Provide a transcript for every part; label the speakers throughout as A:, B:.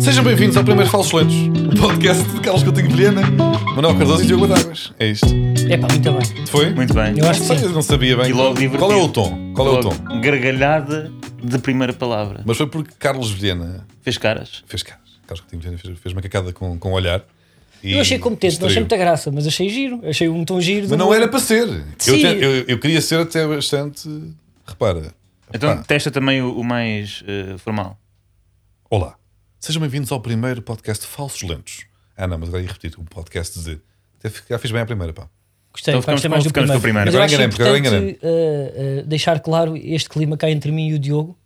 A: Sejam bem-vindos ao primeiro Falsos Lentos, o podcast de Carlos Coutinho Vilhena, Manuel Cardoso e Diogo Batáguas. É isto.
B: É pá, muito bem.
A: Foi?
C: Muito bem.
B: Eu
A: não
B: acho que
A: sei,
B: sim.
A: eu não sabia bem.
C: E logo divertido.
A: Qual é o tom? Qual é o
C: Logo,
A: tom?
C: Gargalhada de primeira palavra.
A: Mas foi porque Carlos Vilhena
C: Fez caras.
A: fez caras. Carlos Coutinho Vilhena fez, fez uma cacada com, com o olhar. e
B: Eu achei competente, não
A: distraiu.
B: achei muita graça, mas achei giro. Achei um tom giro. de
A: Mas não
B: humor.
A: era para ser. Eu,
B: Sim.
A: até- eu, eu queria ser até bastante. Repara.
C: Então
A: Pá.
C: testa também o, o mais eh, formal.
A: Olá. Sejam bem-vindos ao primeiro podcast Falsos Lentos. Ah, não, mas agora ia repetir. Um podcast de. Até fi- já fiz bem à primeira, pá.
B: Gostei,
C: Então
B: pá, gostei
C: ficamos
B: mais do primeiro.
C: com- ficamos com o primeiro.
B: Mas
A: Agora
B: eu acho
A: enganei-me, porque agora
B: importante uh, uh, deixar claro este clima cá entre mim e o Diogo,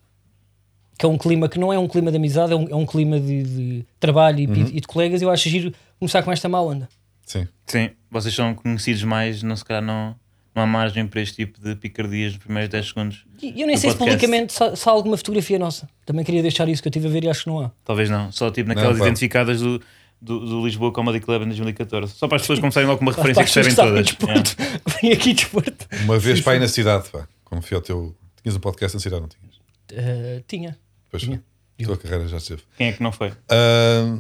B: que é um clima que não é um clima de amizade, é um, é um clima de, de trabalho
A: Uhum.
B: e, e de colegas. Eu acho giro começar com esta má onda.
A: Sim.
C: Sim, vocês são conhecidos mais, não se calhar não, não há margem para este tipo de picardias nos primeiros 10 segundos.
B: E eu nem
C: do
B: sei se
C: podcast.
B: publicamente se, se há alguma fotografia nossa. Também queria deixar isso que eu estive a ver e acho que não há.
C: Talvez não, só tipo naquelas
A: Não, pá.
C: identificadas do, do, do Lisboa Comedy Club em 2014. Só para as pessoas começarem logo com uma
B: Para as
C: referência é que
B: pessoas
C: sabem
B: que sabem desporto,
C: todas. Yeah.
B: que vêm aqui desporto.
A: Uma vez pá aí na cidade, pá. Quando fui ao teu. Tinhas um podcast na cidade, não tinhas?
B: Uh, tinha.
A: Pois foi. A tua carreira já esteve.
C: Quem é que não foi?
A: Ah,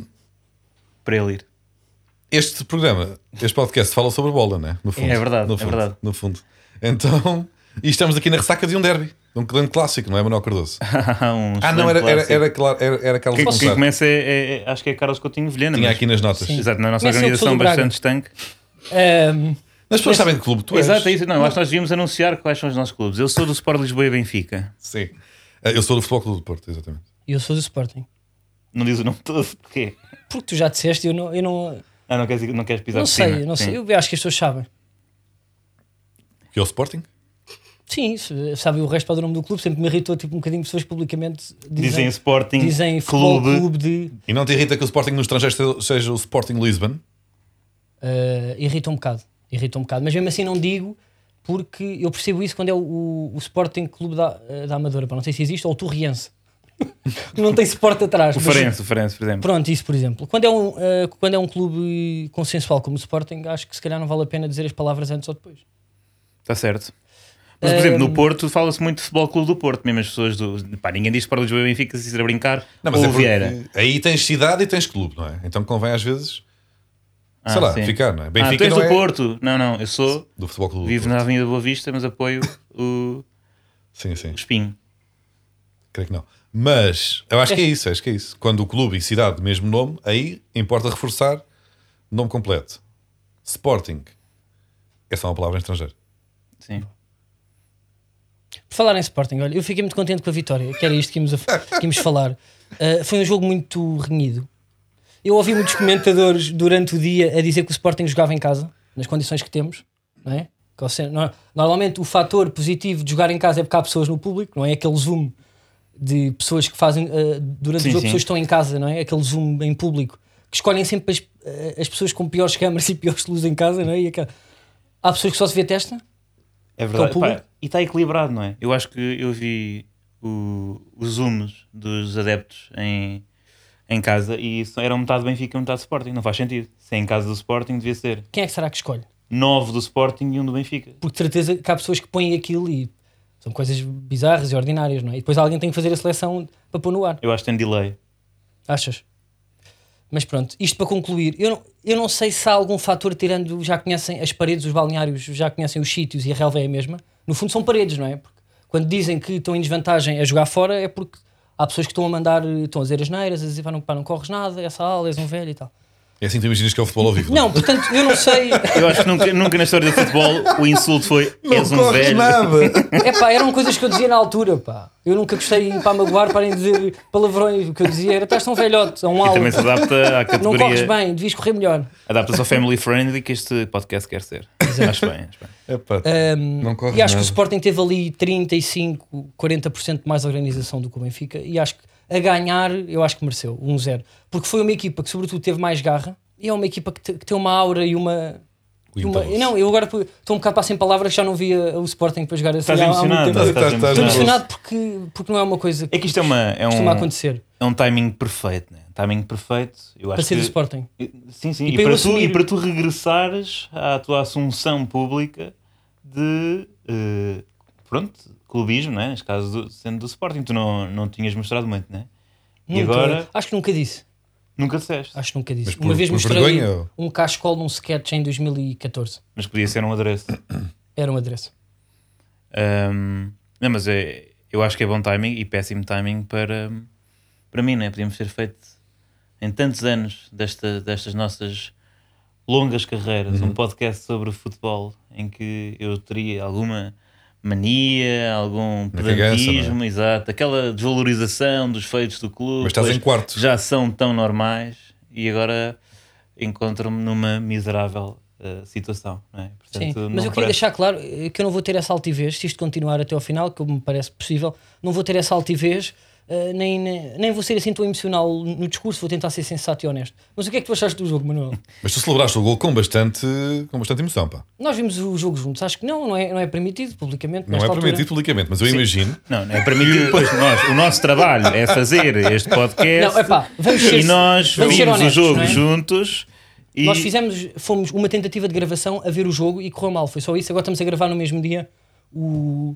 C: Para ele ir.
A: este programa, este podcast fala sobre bola, né? No fundo.
C: É verdade,
A: no
C: é
A: fundo,
C: verdade.
A: No fundo. Então. E estamos aqui na ressaca de um derby. De um grande clássico, não é, Manuel Cardoso?
C: Um
A: Ah, não, era,
C: excelente
A: era,
C: clássico.
A: era, claro, era, era Carlos
C: Quem, quem
A: Gonçalo.
C: começa é, é- é- acho que é Carlos Coutinho Vilhena.
A: Tinha
C: mas-
A: aqui nas notas.
C: Exato, na nossa
B: Começa o
C: organização
B: Pessoa do Braga.
C: bastante estanque.
B: Um,
A: As pessoas sabem de clube tu és.
C: Exato, é isso. Não, eu acho que nós devíamos anunciar quais são os nossos clubes. Eu sou do Sport Lisboa e Benfica.
A: Sim. Ah, Eu sou do Futebol Clube do Porto, exatamente.
B: eu sou do Sporting.
C: Não diz o nome todo, porquê?
B: Porque tu já disseste, eu não. Eu não
C: Ah, não queres, não queres pisar
B: não
C: por
B: sei,
C: cima?
B: não
C: Sim.
B: sei. Eu acho que as pessoas sabem.
A: Que é o Sporting?
B: Sim, se- sabem o resto para o nome do clube. Sempre me irritou tipo, um bocadinho pessoas publicamente
C: Dizem
B: dizem,
C: Sporting,
B: dizem futebol
C: Clube.
B: clube, de.
A: E não te irrita que o Sporting no estrangeiro seja- seja o Sporting Lisbon?
B: ah, irrita um bocado. Irrita um bocado. Mas mesmo assim não digo, porque eu percebo isso quando é o, o, o Sporting Clube da, ah, da Amadora. pá, Não sei se existe, ou o Torriense. que não tem suporte atrás.
C: O
B: mas-
C: Farense, o Farense, por exemplo.
B: Pronto, isso por exemplo. Quando é, um, ah, quando é um clube consensual como o Sporting, acho que se calhar não vale a pena dizer as palavras antes ou depois.
C: Está Tá certo. Mas, por exemplo, no Porto fala-se muito de Futebol Clube do Porto, mesmo as pessoas do. Pá, ninguém diz Sport Lisboa e Benfica se quiser brincar.
B: é
C: ou
A: é porque
C: Vieira.
A: Aí tens cidade e tens clube, não é? Então convém às vezes,
C: Ah,
A: sei lá,
C: sim.
A: ficar, não é?
C: Ah, tu
A: Benfica
C: és
A: não
C: do
A: é
C: Porto. Não, não, eu sou.
A: do Futebol Clube
C: Vivo
A: do
C: na
A: Porto.
C: Avenida Boa Vista, mas apoio o,
A: Sim, sim,
C: o Espinho.
A: creio que não. Mas eu acho que é isso, acho que é isso. Quando o clube e cidade, mesmo nome, aí importa reforçar nome completo. Sporting é só uma palavra em estrangeiro.
C: Sim.
B: Por falar em Sporting, olha, eu fiquei muito contente com a vitória, que era isto que íamos, a, que íamos falar. Uh, foi um jogo muito renhido. Eu ouvi muitos comentadores durante o dia a dizer que o Sporting jogava em casa, nas condições que temos, não é? Que ao ser- no- Normalmente o fator positivo de jogar em casa é porque há pessoas no público, não é? Aquele zoom de pessoas que fazem uh, durante
C: Sim,
B: o jogo,
C: sim.
B: pessoas que estão em casa, não é? Aquele zoom em público que escolhem sempre as, uh, as pessoas com piores câmaras e piores luzes em casa, não é? E aquela- Há pessoas que só se vê a testa,
C: É
B: verdade. Com o público.
C: e está equilibrado, não é? Eu acho que eu vi o- os zooms dos adeptos em, em casa e só- era metade Benfica e metade Sporting. Não faz sentido. Se é em casa do Sporting, devia ser
B: quem é que será que escolhe?
C: 9 do Sporting e um do Benfica.
B: porque de certeza que há pessoas que põem aquilo e são coisas bizarras e ordinárias, não é? E depois alguém tem que fazer a seleção para pôr no ar,
C: Eu acho que tem delay.
B: achas? Mas pronto, isto para concluir, eu não, eu não sei se há algum fator tirando, já conhecem as paredes, os balneários, já conhecem os sítios e a relva é a mesma. No fundo são paredes, não é? Porque quando dizem que estão em desvantagem a jogar fora é porque há pessoas que estão a mandar, eh, estão a dizer as neiras, a dizer pá, não, pá, não corres nada, essa aula, és um velho e tal.
A: É assim que tu imaginas que é o futebol ao vivo.
B: Não, portanto, eu não sei.
C: Eu acho que nunca, nunca na história do futebol o insulto foi
A: não
C: és um
A: corres
C: velho.
A: nada.
B: É pá, eram coisas que eu dizia na altura, pá. Eu nunca gostei para magoar, para nem dizer palavrões. O que eu dizia era: estás tão velhote, a um alto,
C: Também se adapta à
B: não corres
C: categoria.
B: bem, devias correr melhor.
C: Adapta-se ao family friendly que este podcast quer ser. Acho bem, acho bem.
A: Epá, não corres
B: E acho que o
A: nada.
B: Sporting teve ali 35, 40% mais organização do que o Benfica. E acho que a ganhar, eu acho que mereceu 1-0. Porque foi uma equipa que, sobretudo, teve mais garra. E é uma equipa que, te- que tem uma aura e uma. e uma-
A: Então,
B: não, eu agora pu- estou um bocado para sem palavras, já não via o Sporting para jogar assim.
C: Estás
B: há- há muito
C: emocionado.
B: tempo.
C: Estás,
A: Estás-
C: estás
A: estás
B: Estou
A: nervoso.
C: emocionado.
B: emocionado porque, porque não é uma coisa que
C: É que isto é, uma, é,
B: costuma
C: um,
B: acontecer
C: é um timing perfeito, né? Timing perfeito. Eu acho
B: para ser do
C: que-
B: Sporting.
C: Sim, sim.
B: E
C: E,
B: para eu
C: para tu,
B: assumir.
C: e para tu regressares à tua assunção pública de. eh, pronto, clubismo, né? Neste caso, do, sendo do Sporting, tu não, não tinhas mostrado muito, né? E
B: Nunca.
C: agora.
B: Acho que nunca disse.
C: Nunca disseste.
B: é. Acho que nunca disse.
A: Mas por-
B: Uma vez
A: por
B: mostrei
A: vergonha, ou?
B: um cascol num sketch em 2014.
C: Mas podia ser um adereço.
B: Era um adereço.
C: Ahm, não, mas é, eu acho que é bom timing e péssimo timing para, para mim, né? Podíamos ter feito em tantos anos desta, destas nossas longas carreiras
A: Uhum.
C: um podcast sobre futebol em que eu teria alguma mania, algum
A: cagaça,
C: pedantismo,
A: não é?
C: exato, aquela desvalorização dos feitos do clube.
A: Mas estás
C: pois
A: em quarto.
C: Já são tão normais e agora encontro-me numa miserável eh, situação, não é?
B: Sim,
C: Portanto,
B: mas
C: não
B: eu queria
C: parece-
B: deixar claro eh, que eu não vou ter essa altivez, se isto continuar até ao final, que me parece possível, não vou ter essa altivez, eh, nem, nem, nem vou ser assim tão emocional no discurso, vou tentar ser sensato e honesto. Mas o que é que tu achaste do jogo, Manuel?
A: Mas tu celebraste o gol com bastante, com bastante emoção, pá.
B: Nós vimos o jogo juntos, acho que não, não é, não é permitido publicamente.
A: Não é
B: nesta altura.
A: permitido publicamente, mas eu imagino.
C: Não, não é permitido. Pois, nós, o nosso trabalho é fazer este podcast.
B: Não, epá, vamos ser-
C: e nós
B: vamos
C: vimos
B: ser
C: o
B: honestos,
C: jogo
B: não é?
C: juntos. E
B: Nós fizemos, fomos uma tentativa de gravação a ver o jogo e correu mal, foi só isso. Agora estamos a gravar no mesmo dia o,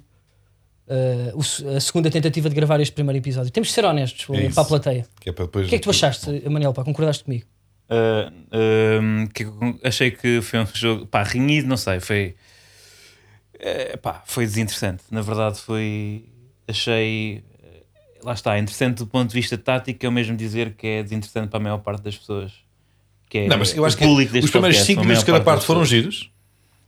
B: eh, o se- a segunda tentativa de gravar este primeiro episódio. Temos de ser honestos eh,
A: É isso.
B: para a plateia.
A: Que é para depois...
B: O que é que tu achaste, Manuel? Pá, concordaste comigo?
C: Ah, ah, que eu achei que foi um jogo. Pá, renhido, não sei. Foi. eh, pá, foi desinteressante. Na verdade, foi. Achei. eh, Lá está, interessante do ponto de vista tático, é o mesmo dizer que é desinteressante para a maior parte das pessoas. Que é
A: Não, mas eu
C: o
A: acho que
C: público deste
A: os primeiros
C: podcast,
A: 5
C: a
A: minutos de
C: maior
A: cada parte
C: das
A: foram
C: pessoas.
A: giros.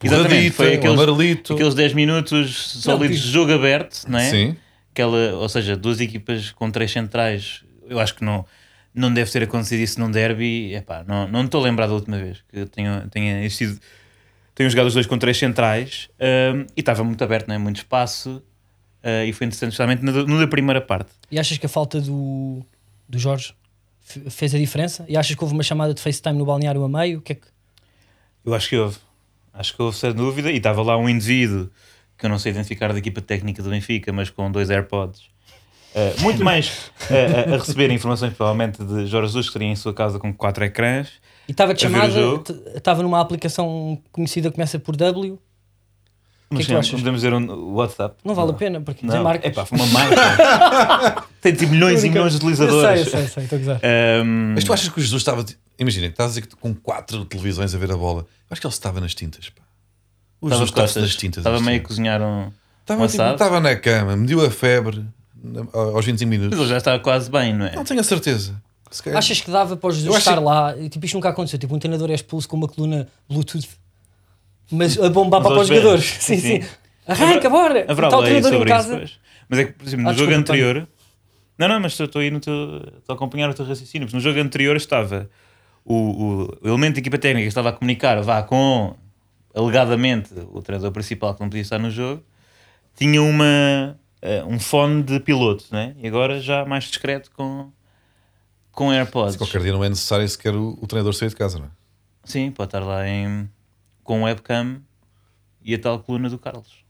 C: Exatamente, foi
A: Porradita, um
C: aqueles,
A: amarelito.
C: aqueles 10 minutos sólidos
B: que-
C: de jogo aberto, não é?
A: Sim.
C: Aquela, ou seja, duas equipas com três centrais, eu acho que não, não deve ter acontecido isso num derby. Epá, não, não estou a lembrar da última vez que eu tenha, tenha existido. Tenho jogado os dois com três centrais hum, e estava muito aberto, não é? muito espaço. ah, e foi interessante, especialmente na, na primeira parte.
B: E achas que a falta do, do Jorge fe- fez a diferença? E achas que houve uma chamada de FaceTime no balneário a meio? O que é que-
C: Eu acho que houve. Acho que houve, sem dúvida. E estava lá um indivíduo que eu não sei identificar da equipa técnica do Benfica, mas com dois AirPods. Eh, muito mais eh, a, a receber informações, provavelmente, de Jorge Jesus, que teria em sua casa com quatro ecrãs.
B: E estava de
C: A ver o
B: chamada,
C: jogo?
B: t- estava numa aplicação conhecida que começa por W.
C: Mas
B: que é que tu achas?
C: podemos dizer um WhatsApp.
B: Não vale a pena, porque dizer marcas.
C: Epá, foi uma marca. Tem tipo milhões e milhões de
B: Eu sei, eu
C: utilizadores.
B: sei, eu sei, estou a gozar.
C: Ehm,
A: Mas tu achas que o Jesus estava. Imagina, estás a dizer que tu- com quatro televisões a ver a bola. Eu acho que ele estava nas tintas, pá. O
C: estava
A: Jesus
C: de
A: estava
C: costas.
A: nas tintas.
C: Estava
A: este
C: meio a
A: ano.
C: cozinhar um, um
A: Estava, tipo,
C: assado.
A: estava na cama, mediu a febre na- aos 25
C: Mas
A: minutos.
C: ele já estava quase bem, não é?
A: Não tenho a certeza. Se calhar-
B: Achas que dava para o Jesus
A: É. Eu acho
B: estar lá? E, Tipo, isto nunca aconteceu. Tipo, um treinador é expulso com uma coluna Bluetooth, mas a bombar
C: Mas
B: para, os
C: aos
B: jogadores.
C: berros.
B: Sim,
C: Sim,
B: sim.
C: sim.
B: Arranca, bora!
C: Haverá
B: Está o
C: lei
B: treinador em
C: sobre isso
B: casa.
C: depois. Mas é que, por exemplo, no
B: Ah,
C: jogo
B: desculpa, António.
C: anterior. Não, não, mas estou- estou aí no teu, estou a acompanhar o teu raciocínio. Porque no jogo anterior estava o, o- o elemento da equipa técnica que estava a comunicar, vá com alegadamente o treinador principal que não podia estar no jogo, tinha uma, eh, um fone de piloto, né? e agora já mais discreto com, com AirPods.
A: Se qualquer dia não é necessário sequer o, o treinador sair de casa, não é?
C: Sim, pode estar lá em, com webcam e a tal coluna do Carlos.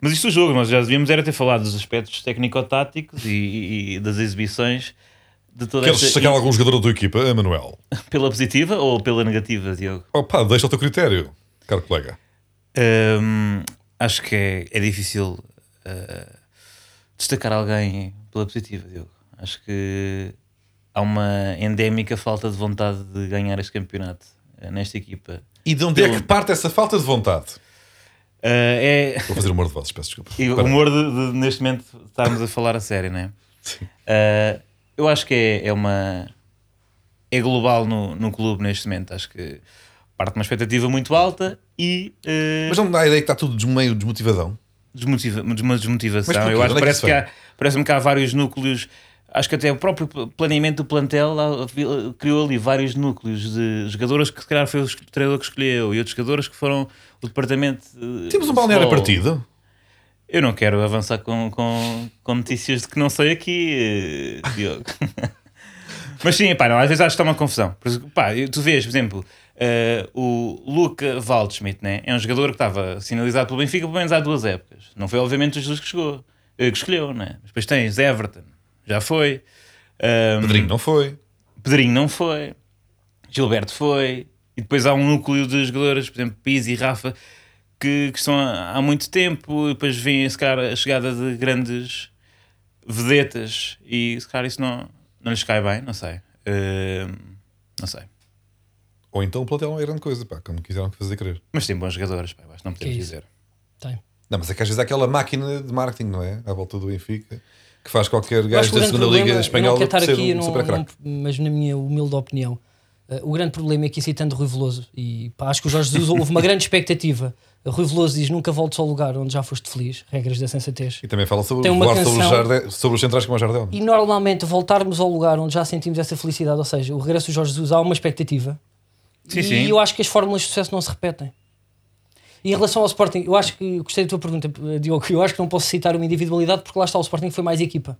C: Mas isto do jogo, nós já devíamos era ter falado dos aspectos técnico-táticos e, e- e das exibições de toda
A: Queres
C: esta...
A: destacar algum jogador da tua equipa, eh, Manuel?
C: Pela positiva ou pela negativa, Diogo?
A: Opa, deixa ao teu critério, caro colega.
C: Hum, acho que é, é difícil uh, destacar alguém pela positiva, Diogo. Acho que há uma endémica falta de vontade de ganhar este campeonato eh, nesta equipa.
A: E de onde é que parte essa falta de vontade?
C: Uh, é,
A: Vou fazer humor de vozes, peço desculpa.
C: E o
A: Para-
C: humor de, de- neste momento estarmos a falar a sério, não é? Ah, eu acho que é, é uma. É global no, no clube neste momento. Acho que parte de uma expectativa muito alta e. ah,
A: Mas não me dá a ideia que está tudo des- meio desmotivadão.
C: desmotiva, uma desmotivação.
A: Mas porquê?
C: eu
A: Onde
C: acho
A: é que
C: parece
A: isso
C: que
A: vem?
C: há, parece-me que há vários núcleos. Acho que até o próprio planeamento do plantel lá, vi- criou ali vários núcleos de jogadores que se calhar foi o esco- treinador que escolheu e outros jogadores que foram o departamento. eh,
A: Temos um
C: de
A: balneário
C: futebol.
A: partido.
C: Eu não quero avançar com, com, com notícias de que não sei aqui, eh, Diogo. Mas sim, pá, não, às vezes acho que está uma confusão. Por exemplo, pá, eu- tu vês, por exemplo, eh, o Luca Waldschmidt, né? é um jogador que estava sinalizado pelo Benfica pelo menos há duas épocas. Não foi, obviamente, o Jesus que chegou, eh, que escolheu, né? Mas depois tens Everton, já foi. Ahm,
A: Pedrinho não foi.
C: Pedrinho não foi, Gilberto foi, e depois há um núcleo de jogadores, por exemplo, Pizzi e Rafa, que, que estão há, há muito tempo, e depois vem se calhar, a chegada de grandes vedetas, e se calhar isso não, não lhes cai bem, não sei. Eh, não sei.
A: Ou então o plantel não é grande coisa, pá, como quiseram fazer crer.
C: Mas tem bons jogadores, pá, eu acho que não podemos
B: Que é isso?
C: dizer.
B: Tem.
A: Não, mas é que às vezes há aquela máquina de marketing, não é? À volta do Benfica, que faz qualquer
B: Eu
A: gajo
B: acho que o
A: da
B: grande
A: segunda
B: problema,
A: Liga Espanhola
B: eu não quero estar
A: ser
B: aqui, eu
A: um
B: não-
A: super
B: não-
A: craque.
B: mas na minha humilde opinião, eh, o grande problema é que isso é tanto Rui Veloso. E pá, acho que o Jorge Jesus houve uma grande expectativa. Rui Veloso diz: nunca voltes ao lugar onde já foste feliz, regras da sensatez.
A: E também fala sobre,
B: Tem uma
A: falar sobre, os
B: canção-
A: jardel, sobre os centrais como é o Jardel.
B: E normalmente voltarmos ao lugar onde já sentimos essa felicidade, ou seja, o regresso do Jorge Jesus há uma expectativa.
C: Sim,
B: e
C: sim.
B: eu acho que as fórmulas de sucesso não se repetem. E em relação ao Sporting, eu acho que eu gostei da tua pergunta, eh, Diogo. Eu acho que não posso citar uma individualidade porque lá está o Sporting foi mais equipa.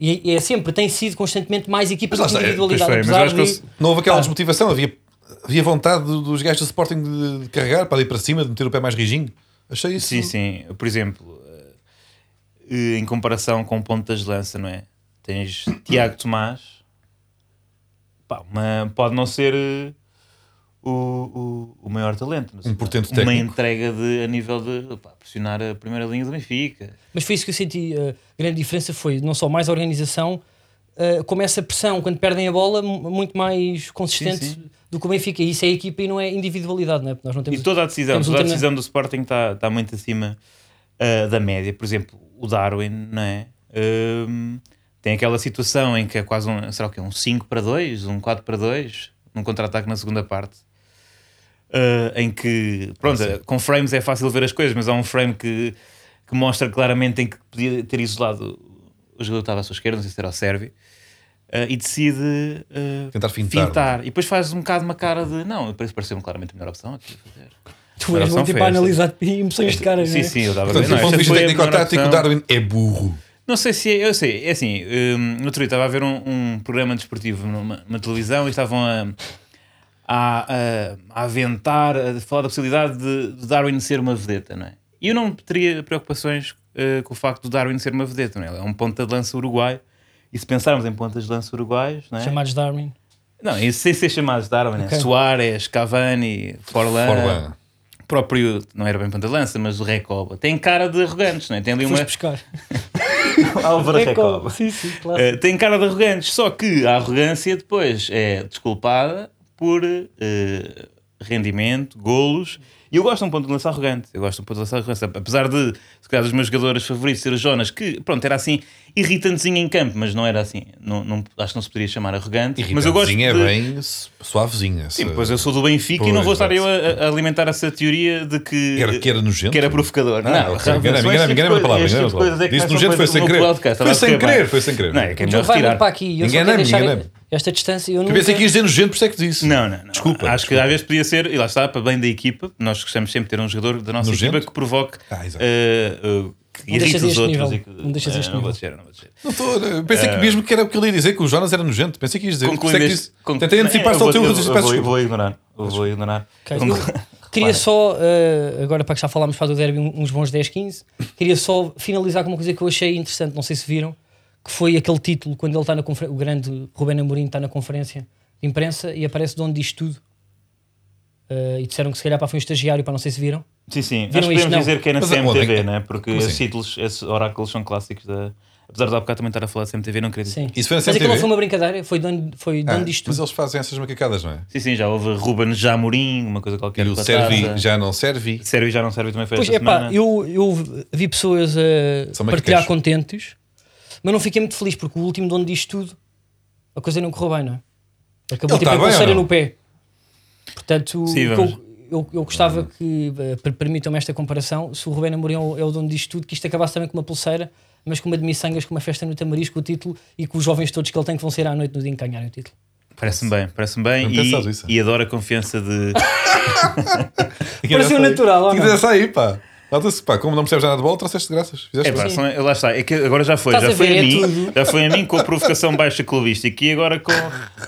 B: E e é sempre, tem sido constantemente mais equipa
A: Mas lá
B: do que
A: está, é,
B: individualidade.
C: pois foi, mas
B: apesar
C: eu acho que
B: de-
C: eu-
A: Não houve aquela
B: Pá.
A: desmotivação, havia, havia vontade do- dos gajos do Sporting de, de carregar para ir para cima, de meter o pé mais rijinho. Achei isso.
C: Sim, sim. Por exemplo, eh, em comparação com pontas de lança, não é? Tens Tiago Tomás, Pá, uma- pode não ser eh, o, o, o maior talento, mas
A: Um portento
C: uma, uma
A: técnico.
C: entrega de, a nível de pá, pressionar a primeira linha do Benfica.
B: Mas foi isso que eu senti. eh, A grande diferença foi não só mais a organização, eh, como essa pressão, quando perdem a bola, mu- muito mais consistente
C: sim.
B: do que o Benfica. E isso é equipa e não é individualidade, não é? Porque nós não
C: E
B: temos.
C: toda a decisão,
B: temos um
C: toda a
B: treina-
C: decisão do Sporting está está muito acima ah, da média. Por exemplo, o Darwin, não é? Ahm, tem aquela situação em que é quase um, será o quê? Um 5 para 2, um 4 para 2, num contra-ataque na segunda parte. Ah, em que, pronto,
B: Ah,
C: com frames é fácil ver as coisas, mas há um frame que, que mostra claramente em que podia ter isolado o jogador que estava à sua esquerda, não sei se era o Sérvio, ah, e decide ah,
A: Tentar fintar.
B: é?
C: E depois faz um bocado uma cara de não, parece- pareceu-me claramente a melhor opção. aqui a fazer.
B: tu és bom
C: Operação
B: tipo a
C: foi esta.
B: analisar emoções de cara, não
C: Sim,
B: é?
C: sim, eu dava
A: Portanto, do ponto de vista técnico-tático, Darwin é burro.
C: é Não sei se é, eu sei, é assim, hum, no outro dia estava a ver um, um programa desportivo numa, numa televisão e estavam a, a, a- a aventar, a falar da possibilidade de, de Darwin ser uma vedeta, não é? E eu não teria preocupações eh, com o facto de Darwin ser uma vedeta, não é? Ele é um ponta de lança uruguaio e se pensarmos em pontas de lança uruguaios, não é?
B: Chamados Darwin.
C: Não, isso sem ser chamados Darwin,
B: Ok.
C: é? Soares, Cavani, Forlan,
A: Forlan.
C: próprio, não era bem ponta de lança, mas o Recoba, tem cara de arrogantes, não é? Tem ali uma...
B: Foste pescar.
C: Álvaro
B: É como-
C: Recoba.
B: Sim, sim, claro.
C: Uh, tem cara de arrogantes, só que a arrogância depois é desculpada por uh, rendimento, golos. E eu gosto de um ponto de lança arrogante. Eu gosto de um ponto de lança arrogante. Apesar de, se calhar, dos meus jogadores favoritos ser o Jonas, que, pronto, era assim, irritantezinho em campo, mas não era assim. Não, não- acho que não se poderia chamar arrogante. Mas eu gosto
A: Irritantezinho é
C: de-
A: bem su- suavezinho.
C: Sim, pois eu sou do Benfica e não
A: Pois,
C: vou estar eu
A: exato.
C: a, a alimentar essa teoria de que.
A: Que era- que era nojento?
C: Que era provocador.
A: Ah,
C: não,
A: ok.
C: realmente,
A: Engana-me, engana-me,
C: são este tipo
A: engana-me a
C: de
A: palavra,
C: coisas-
A: engana-me a
C: este tipo de
A: palavra.
C: coisas é que
A: Disse
C: começam
A: nojento,
C: a
A: foi
C: fazer
A: sem
C: no
A: querer.
C: podcast,
A: Foi
C: estava a
A: sem
C: acabar.
A: querer, foi sem querer.
C: Não, é que é
B: Mas
C: melhor
B: Então vai
C: retirar.
B: vir para aqui. Eu
A: Enganei-me,
B: só quero deixar
A: enganei-me.
B: esta distância. Eu nunca...
A: Pensei que ias dizer nojento, por isso é que disse.
C: Não, não, não.
A: Desculpa,
C: Acho que
A: desculpa.
C: às vezes podia ser, e lá está, para bem da equipa, nós gostamos sempre de ter um jogador da nossa
A: Nojento?
C: equipa que provoque.
A: Ah, exato.
C: eh, eh, que
B: Não deixas
C: irrite os
B: este
C: outros.
B: nível.
C: e que-
B: Não deixas
C: Eh,
B: este
C: não vou
B: nível.
C: descer, não vou descer.
A: Não estou, eu pensei que mesmo que era o que ele ia dizer, que o Jonas era nojento. Pensei que ias dizer. Por isso é que
C: Ah. Concluindo
A: disse-
C: este- conclu-
A: Tentei
C: Não,
A: antecipar-se
C: eu
A: ao
C: vou-
A: teu
C: eu vou-
A: raciocínio. Peço
C: Eu
A: desculpa.
C: vou ignorar. Eu vou ignorar.
B: Ok.
C: Conclu-
B: Queria só, eh, agora para que já falámos para do derby um- uns bons 10, 15, queria só finalizar com uma coisa que eu achei interessante, não sei se viram, que foi aquele título, quando ele está na conferência, o grande Rubén Amorim está na conferência de imprensa e aparece de onde diz tudo. Eh, e disseram que se calhar para foi um estagiário, para não sei se viram.
C: Sim, sim. Acho que
B: Viram isto,
C: podemos
B: não?
C: dizer que é na
A: Mas
C: CMTV,
A: aonde?
C: né? Porque
A: Como
C: esses
A: assim?
C: títulos, esses oráculos são clássicos da. Apesar de há bocado também estar a falar de CMTV, não queria dizer.
B: Sim.
A: Isso foi na
B: Mas aquilo
A: CMTV?
B: não foi uma brincadeira, foi de onde, foi de
A: Ah,
B: onde diz
A: Mas
B: tudo.
A: eles fazem essas macacadas, não é?
C: Sim, sim, já houve Ruben Jamorim, uma coisa qualquer.
A: E o
C: passada.
A: serve já não serve.
C: Sérvio já não serve também foi
B: Pois
C: esta
B: é, pá,
C: semana.
B: eu, eu vi pessoas a
A: São meio
B: partilhar
A: queixos.
B: contentes, mas não fiquei muito feliz porque o último de onde diz tudo, a coisa não correu bem, não é? Acabou
A: Ele
B: tipo
A: tá
B: a
A: bem ou
B: pulseira
A: não?
B: no pé. Portanto,
C: Sim,
B: o que
C: vamos.
B: eu, eu, eu gostava que eh, per- permitam-me esta comparação. Se o Rubén Amorim é o é o dono disto tudo, que isto acabasse também com uma pulseira, mas com uma de miçangas, com uma festa no Tamariz, com o título e com os jovens todos que ele tem que vão sair à noite no dia em que ganharem o título.
C: Parece-me bem, parece-me bem.
A: Não pensava isso.
C: E, e adoro a confiança de.
B: Pareceu natural, ou
A: Tinha
B: não?
A: dessa aí, pá. Nota-se, pá, como não percebes nada de bola, trouxeste de graças. Fizeste
C: É
A: bem.
C: pá, são- lá está. É que agora já foi.
B: Estás
C: Já
B: a
C: foi,
B: ver,
C: a
B: é
C: mim,
B: tudo.
C: já foi a mim com a provocação baixa clubística e agora com,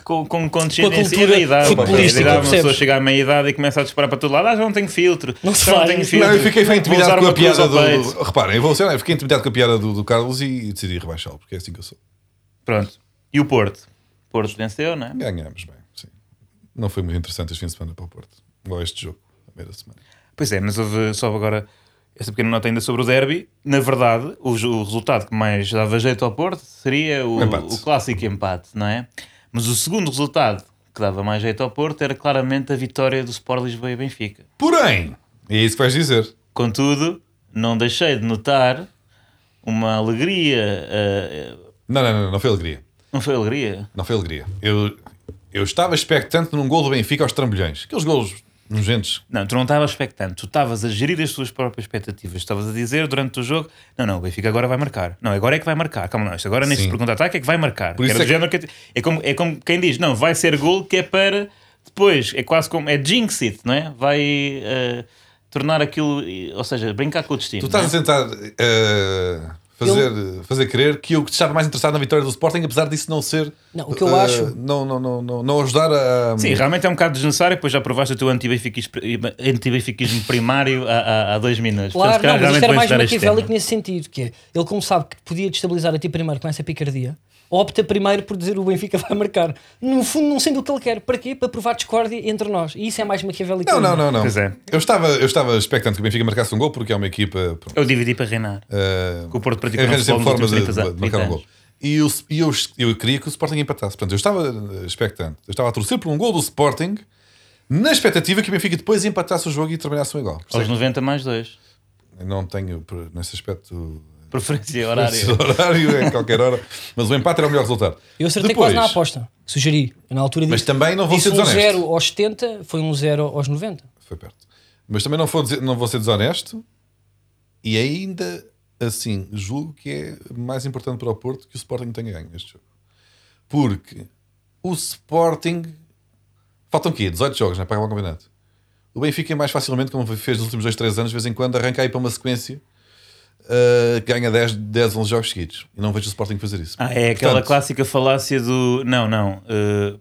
C: com, com condescendência e
B: cultura
C: da idade. pá. Da
A: futebolística,
C: idade, Uma pessoa
B: percebes?
C: chega à meia idade e começa a disparar para todo lado. Ah, já não tenho filtro.
B: Não se
C: já não
B: faz.
C: tenho
B: Não,
C: filtro.
A: Não, eu fiquei foi
C: Vou
A: intimidado
C: usar
A: com a
C: uma cruz
A: piada
C: ao peito.
A: do. Reparem, eu vou ser, eu fiquei intimidado com a piada do, do Carlos e decidi rebaixá-lo, porque é assim que eu sou.
C: Pronto. E o Porto? O Porto venceu, não é?
A: Ganhámos bem, sim. Não foi muito interessante este fim de semana para o Porto. Ou este jogo, a primeira semana.
C: Pois é, mas houve só agora essa pequena nota ainda sobre o derby. Na verdade, o, jo- o resultado que mais dava jeito ao Porto seria o,
A: Empate.
C: o clássico empate, não é? Mas o segundo resultado que dava mais jeito ao Porto era claramente a vitória do Sport Lisboa e Benfica.
A: Porém, é isso que vais dizer.
C: Contudo, não deixei de notar uma alegria. eh, eh,
A: Não, não, não, não foi alegria.
C: não foi alegria?
A: Não foi alegria. Eu, eu estava expectante num gol do Benfica aos trambolhões. Aqueles golos nojentos.
C: Não, tu não estavas expectante, tu estavas a gerir as tuas próprias expectativas. Estavas a dizer durante o jogo: não, não, o Benfica agora vai marcar. Não, agora é que vai marcar. Calma, não, isto agora neste
A: Sim.
C: pergunta-ataque é que vai marcar.
A: Por isso
C: Era
A: é
C: do género que- é como, é como quem diz: não, vai ser gol que é para depois. É quase como. É jinx it, não é? Vai eh, tornar aquilo. eh, Ou seja, brincar com o destino.
A: Tu estás
C: não
A: a
C: é?
A: tentar eh, fazer, fazer crer que eu que estava mais interessado na vitória do Sporting, apesar disso não ser.
B: Não, o que eu
A: eh,
B: acho-
A: Não, não, não, não, não ajudar a.
C: Sim, realmente é um bocado desnecessário, pois já provaste o teu antibenfiquismo antibenfiquismo primário há, há, há dois minutos. Portanto, se
B: Claro,
C: calhar
B: não, mas isto
C: realmente
B: era
C: vou
B: mais
C: estudar este
B: Maquiavélico
C: tema.
B: nesse sentido, que é, ele como sabe que podia destabilizar a ti primeiro com essa picardia, opta primeiro por dizer o Benfica vai marcar. No fundo, não sendo o que ele quer. Para quê? Para provar discórdia entre nós. E isso é mais Maquiavélico.
A: Não,
B: ainda.
A: não, não. não.
C: Pois é.
A: Eu, estava, eu estava expectante que o Benfica marcasse um gol porque é uma equipa. pronto,
C: Eu dividi para reinar.
A: eh,
C: Que o Porto praticou
A: arranja
C: no futebol
A: sempre forma de,
C: nos últimos 30 anos.
A: de marcar um gol. E eu, e eu, eu queria que o Sporting empatasse. Portanto, eu estava eh, expectante. Eu estava a torcer por um gol do Sporting na expectativa que o Benfica depois empatasse o jogo e terminasse um igual.
C: Aos 90 mais dois.
A: Eu não tenho, por- nesse aspecto,
C: Preferência
A: esse
C: horária.
A: horário é qualquer hora. Mas o empate era o melhor resultado.
B: Eu acertei
A: Depois,
B: quase na aposta. Sugeri. Eu, Na altura
A: Mas
B: disse,
A: também não vou
B: disse
A: ser
B: um
A: desonesto.
B: 0 aos 70, foi um 0 aos 90.
A: Foi perto. Mas também não vou, dizer- não vou ser desonesto. E ainda assim, julgo que é mais importante para o Porto que o Sporting tenha ganho este jogo. Porque o Sporting. Faltam o quê? 18 jogos, não é? Para acabar o campeonato. O Benfica, é mais facilmente, como fez nos últimos 2, 3 anos, de vez em quando arranca aí para uma sequência uh, que ganha 10, 10, 11 jogos seguidos. E não vejo o Sporting fazer isso.
C: Ah, é aquela
A: Portanto,
C: clássica falácia do. Não, não. eh,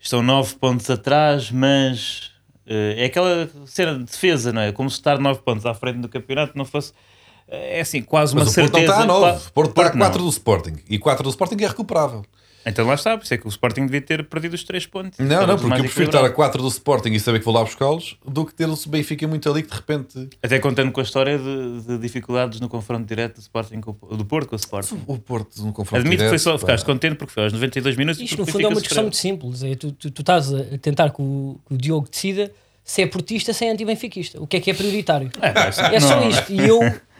C: estão 9 pontos atrás, mas. eh, é aquela cena de defesa, não é? Como se estar 9 pontos à frente do campeonato não fosse. eh, É assim, quase uma
A: Mas o Porto não
C: certeza.
A: está a 9.
C: Qua-
A: O Porto está a
C: não.
A: 4 do Sporting. E 4 do Sporting é recuperável.
C: Então lá está, por isso é que o Sporting devia ter perdido os 3 pontos.
A: Não, não,
C: Estávamos
A: porque
C: mais
A: eu prefiro estar
C: equilibrados.
A: a 4 do Sporting e saber que vou lá buscá-los do que ter o Benfica muito ali que de repente
C: Até contando com a história de, de dificuldades no confronto direto do, Sporting com o- do Porto com o Sporting.
A: o Porto no confronto
C: Admito que
A: direto,
C: foi só,
A: pá.
C: ficaste contente porque foi aos 92 minutos e
B: Isto,
C: porque
B: no
C: o
B: fundo, é
C: Benfica
B: uma discussão muito
C: sofreu.
B: simples. É, tu, tu, tu estás a tentar que o, que o Diogo decida se é portista, se é antibenfiquista. O que é que é prioritário?
C: É, pá, isso-
B: É só
C: não-
B: isto. E eu,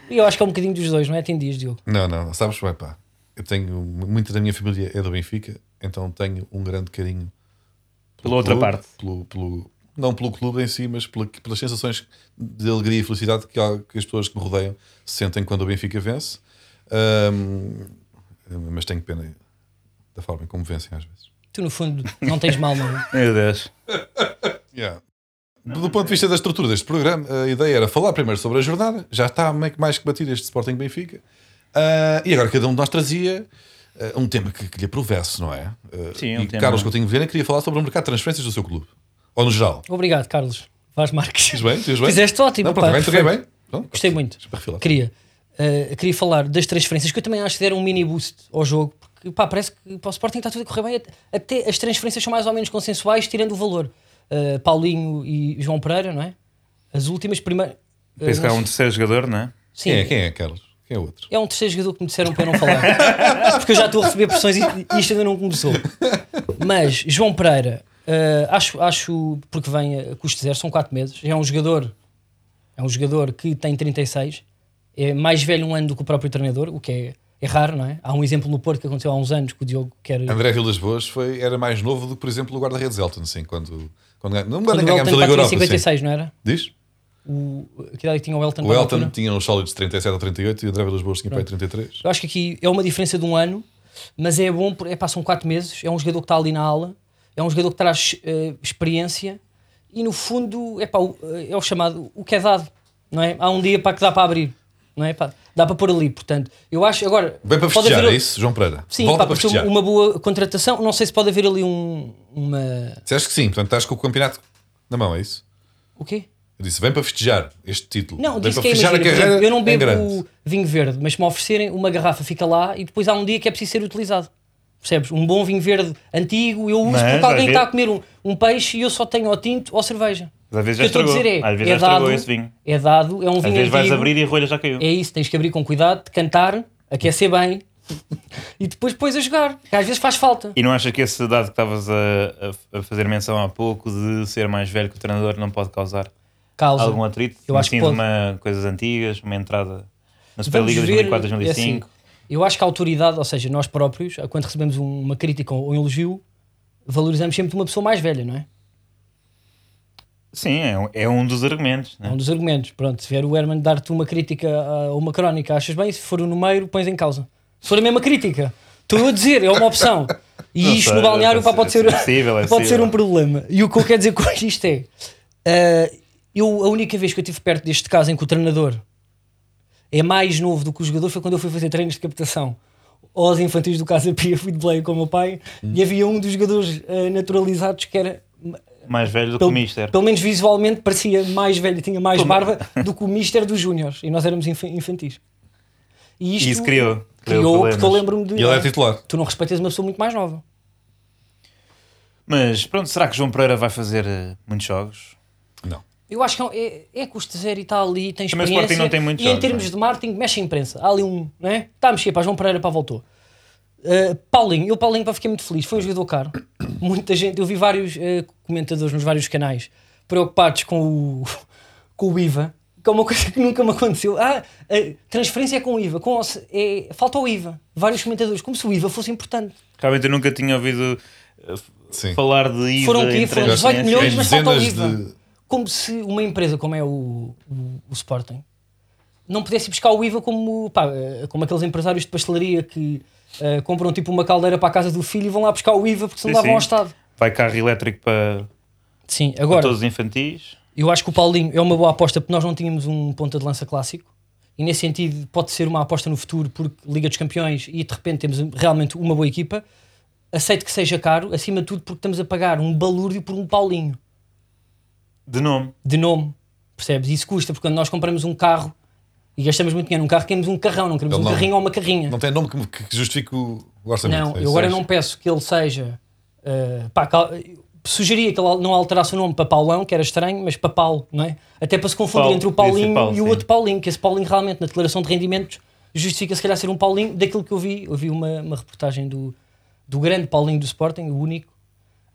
B: eu acho que é um bocadinho dos dois, não é? Tem dias, Diogo.
A: Não, não, não, sabes, bem, pá, eu tenho muita da minha família é do Benfica, então tenho um grande carinho
C: Pela outra
A: clube,
C: parte.
A: pelo, pelo- não pelo clube em si, mas pela- pelas sensações de alegria e felicidade que, há- que as pessoas que me rodeiam sentem quando o Benfica vence. Ahm, mas tenho pena da forma como vencem às vezes.
B: Tu, no fundo, não tens mal, não.
C: Meu Deus.
A: Yeah. Do ponto de
B: é
A: vista da estrutura deste programa, a ideia era falar primeiro sobre a jornada, já está meio que mais que batido este Sporting Benfica, Ah, e agora cada um de nós trazia ah, um tema que, que lhe aprovesse, não é? Ah,
C: Sim,
A: e
C: um tema.
A: Carlos Coutinho Vilhena queria falar sobre o mercado de transferências do seu clube, ou no geral.
B: Obrigado, Carlos. Vaz Marques.
A: Diz bem, diz bem.
B: Fizeste ótimo.
A: Não, pronto,
B: pá,
A: bem, toquei
B: perfeito.
A: bem. Pronto,
B: Gostei muito.
A: deixa para refilar.
B: Queria, eh, queria falar das transferências, que eu também acho que deram um mini boost ao jogo, porque pá, parece que para o Sporting está tudo a correr bem, até- até as transferências são mais ou menos consensuais, tirando o valor. Eh, Paulinho e João Pereira, não é? As últimas primeiras.
C: Penso que há um terceiro jogador, não é?
B: Sim,
A: Quem é,
B: é,
A: quem é, Carlos? Quem é outro?
B: um terceiro jogador que me disseram para eu não falar. porque eu já estou a receber pressões e e isto ainda não começou. Mas João Pereira, eh, acho, acho porque vem a custo zero, são 4 meses. Já é um jogador, é um jogador que tem 36, é mais velho um ano do que o próprio treinador, o que é, é raro, não é? Há um exemplo no Porto que aconteceu há uns anos que o Diogo quer.
A: André Vilas Boas foi, era mais novo do que, por exemplo, o guarda-redes Elton, sim, quando, quando, ganha- não é me
B: Quando
A: engano,
B: o
A: ganhámos a Liga
B: Elton pá, tinha
A: Europa, sim.
B: 56, não era?
A: Diz?
B: O, que idade que tinha o Elton?
A: O
B: na
A: Elton
B: é altura?
A: tinha uns sólidos de 37 ou 38 e o André Vilas Boas tinha para aí 33.
B: Eu acho que aqui é uma diferença de um ano, mas é bom, por- epá, são 4 meses, é um jogador que está ali na ala, é um jogador que traz eh, experiência e no fundo epá, o- é o chamado, o que é dado, não é? Há um dia para que dá para abrir, não é? Pá, dá para pôr ali, portanto, eu acho, agora...
A: Bem para
B: pode
A: festejar,
B: haver-
A: é isso, João Pereira?
B: Sim,
A: Volta
B: pá,
A: para
B: porque
A: festejar.
B: uma boa contratação, não sei se pode haver ali um, uma...
A: Disseste que sim, portanto estás com o campeonato na mão, é isso?
B: o quê?
A: Eu disse, vem para festejar este título.
B: Não,
A: vem
B: disse que é
A: festejar
B: imagina, por exemplo, eu não
A: em grande.
B: bebo vinho verde, mas se me oferecerem uma garrafa fica lá e depois há um dia que é preciso ser utilizado. Percebes? Um bom vinho verde antigo eu uso
C: Mas,
B: porque alguém
C: às
B: está a
C: vezes-
B: comer um, um peixe e eu só tenho ou tinto ou cerveja.
C: Mas às vezes
B: O que
C: já
B: eu estou a
C: estragou.
B: dizer é,
C: Às vezes
B: é
C: já estragou
B: dado,
C: esse vinho.
B: É dado, é um
C: Às
B: vinho
C: vezes vais
B: antigo,
C: abrir e a rolha já caiu.
B: é isso, tens que abrir com cuidado, decantar, aquecer bem, e depois pôs a jogar. Que às vezes faz falta.
C: E não achas que esse dado que estavas a, a- a fazer menção há pouco de ser mais velho que o treinador não pode causar
B: Causa.
C: algum atrito?
B: Eu acho que
C: assim,
B: pode.
C: de uma coisas antigas, uma entrada na
B: Vamos
C: Superliga
B: ver,
C: 2004,
B: é assim,
C: 2005.
B: eu acho que a autoridade, ou seja, nós próprios, quando recebemos um- uma crítica ou um elogio, valorizamos sempre uma pessoa mais velha, não é?
C: Sim, é um, é um dos argumentos.
B: É
C: né?
B: um dos argumentos. Pronto, se vier o Herman dar-te uma crítica ah, ou uma crónica, achas bem? Se for o número, pões em causa. Se for a mesma crítica, estou eu a dizer, é uma opção. E
C: Não
B: isto
C: sei,
B: no balneário
C: é
B: pá, pode, ser,
C: possível, é possível, é
B: pode ser um
C: possível.
B: problema. E o que eu quero dizer com isto é: ah, eu, a única vez que eu estive perto deste caso em que o treinador é mais novo do que o jogador foi quando eu fui fazer treinos de captação aos infantis do Casa Pia, fui de play com o meu pai e havia um dos jogadores ah, naturalizados que era
C: Mais velho do que o
B: pelo,
C: Mister.
B: pelo menos visualmente parecia mais velho, tinha mais barba do que o Mister dos Júniors e nós éramos infa- infantis. E isto
C: E isso criou.
B: criou, porque eu
C: problemas.
B: lembro-me de
A: E ele é titular.
B: tu não respeitas uma pessoa muito mais nova.
C: Mas pronto, será que João Pereira vai fazer eh, muitos jogos?
A: Não.
B: Eu acho que é, um- é, é custo zero e está ali, tem
C: Também o
B: experiência.
C: Sporting não tem muitos
B: e em
C: jogos,
B: termos
C: não é?
B: de marketing, mexe a imprensa. Há ali um, não é? Está a mexer, pá, João Pereira, pá, voltou. Uh, Paulinho, eu Paulinho pá, fiquei muito feliz, foi um jogador caro. Muita gente, eu vi vários uh, comentadores nos vários canais preocupados com o, com o IVA, que é uma coisa que nunca me aconteceu. Ah, a transferência é com o IVA, com, o- é, falta o IVA. Vários comentadores, como se o IVA fosse importante.
C: Realmente eu nunca tinha ouvido eh, f-
A: Sim.
C: falar de IVA.
B: Foram o quê?
C: em
B: Foram 18
C: transferências.
B: milhões,
A: Em
B: mas falta o IVA.
A: É dezenas de-
B: Como se uma empresa como é o, o, o Sporting não pudesse ir buscar o IVA como, pá, eh, como aqueles empresários de pastelaria que eh, compram tipo uma caldeira para a casa do filho e vão lá buscar o IVA porque se não
C: Sim,
B: davam ao
C: sim.
B: Estado.
C: Vai carro elétrico para,
B: Sim,
C: para
B: agora
C: todos os infantis.
B: eu acho que o Paulinho é uma boa aposta porque nós não tínhamos um ponta de lança clássico e nesse sentido pode ser uma aposta no futuro porque Liga dos Campeões e de repente temos realmente uma boa equipa. Aceito que seja caro, acima de tudo porque estamos a pagar um balúrdio por um Paulinho.
C: De nome.
B: de nome, percebes? Isso custa, porque quando nós compramos um carro e gastamos muito dinheiro num carro, queremos um carrão, não queremos
A: Ele
B: um
A: não-
B: carrinho ou uma carrinha.
A: Não tem nome que, que justifique o o orçamento.
B: Não,
A: É
B: eu
A: isso.
B: agora não peço que ele seja. eh, pá, cal- sugeria que ele al- não alterasse o nome para Paulão, que era estranho, mas para Paulo, não é? Até para se confundir
C: Paulo,
B: entre o
C: podia ser
B: Paulinho
C: Paulo,
B: e o
C: sim.
B: outro Paulinho, que esse Paulinho realmente na declaração de rendimentos justifica se calhar ser um Paulinho daquilo que eu vi. Eu vi uma, uma reportagem do, do grande Paulinho do Sporting, o único,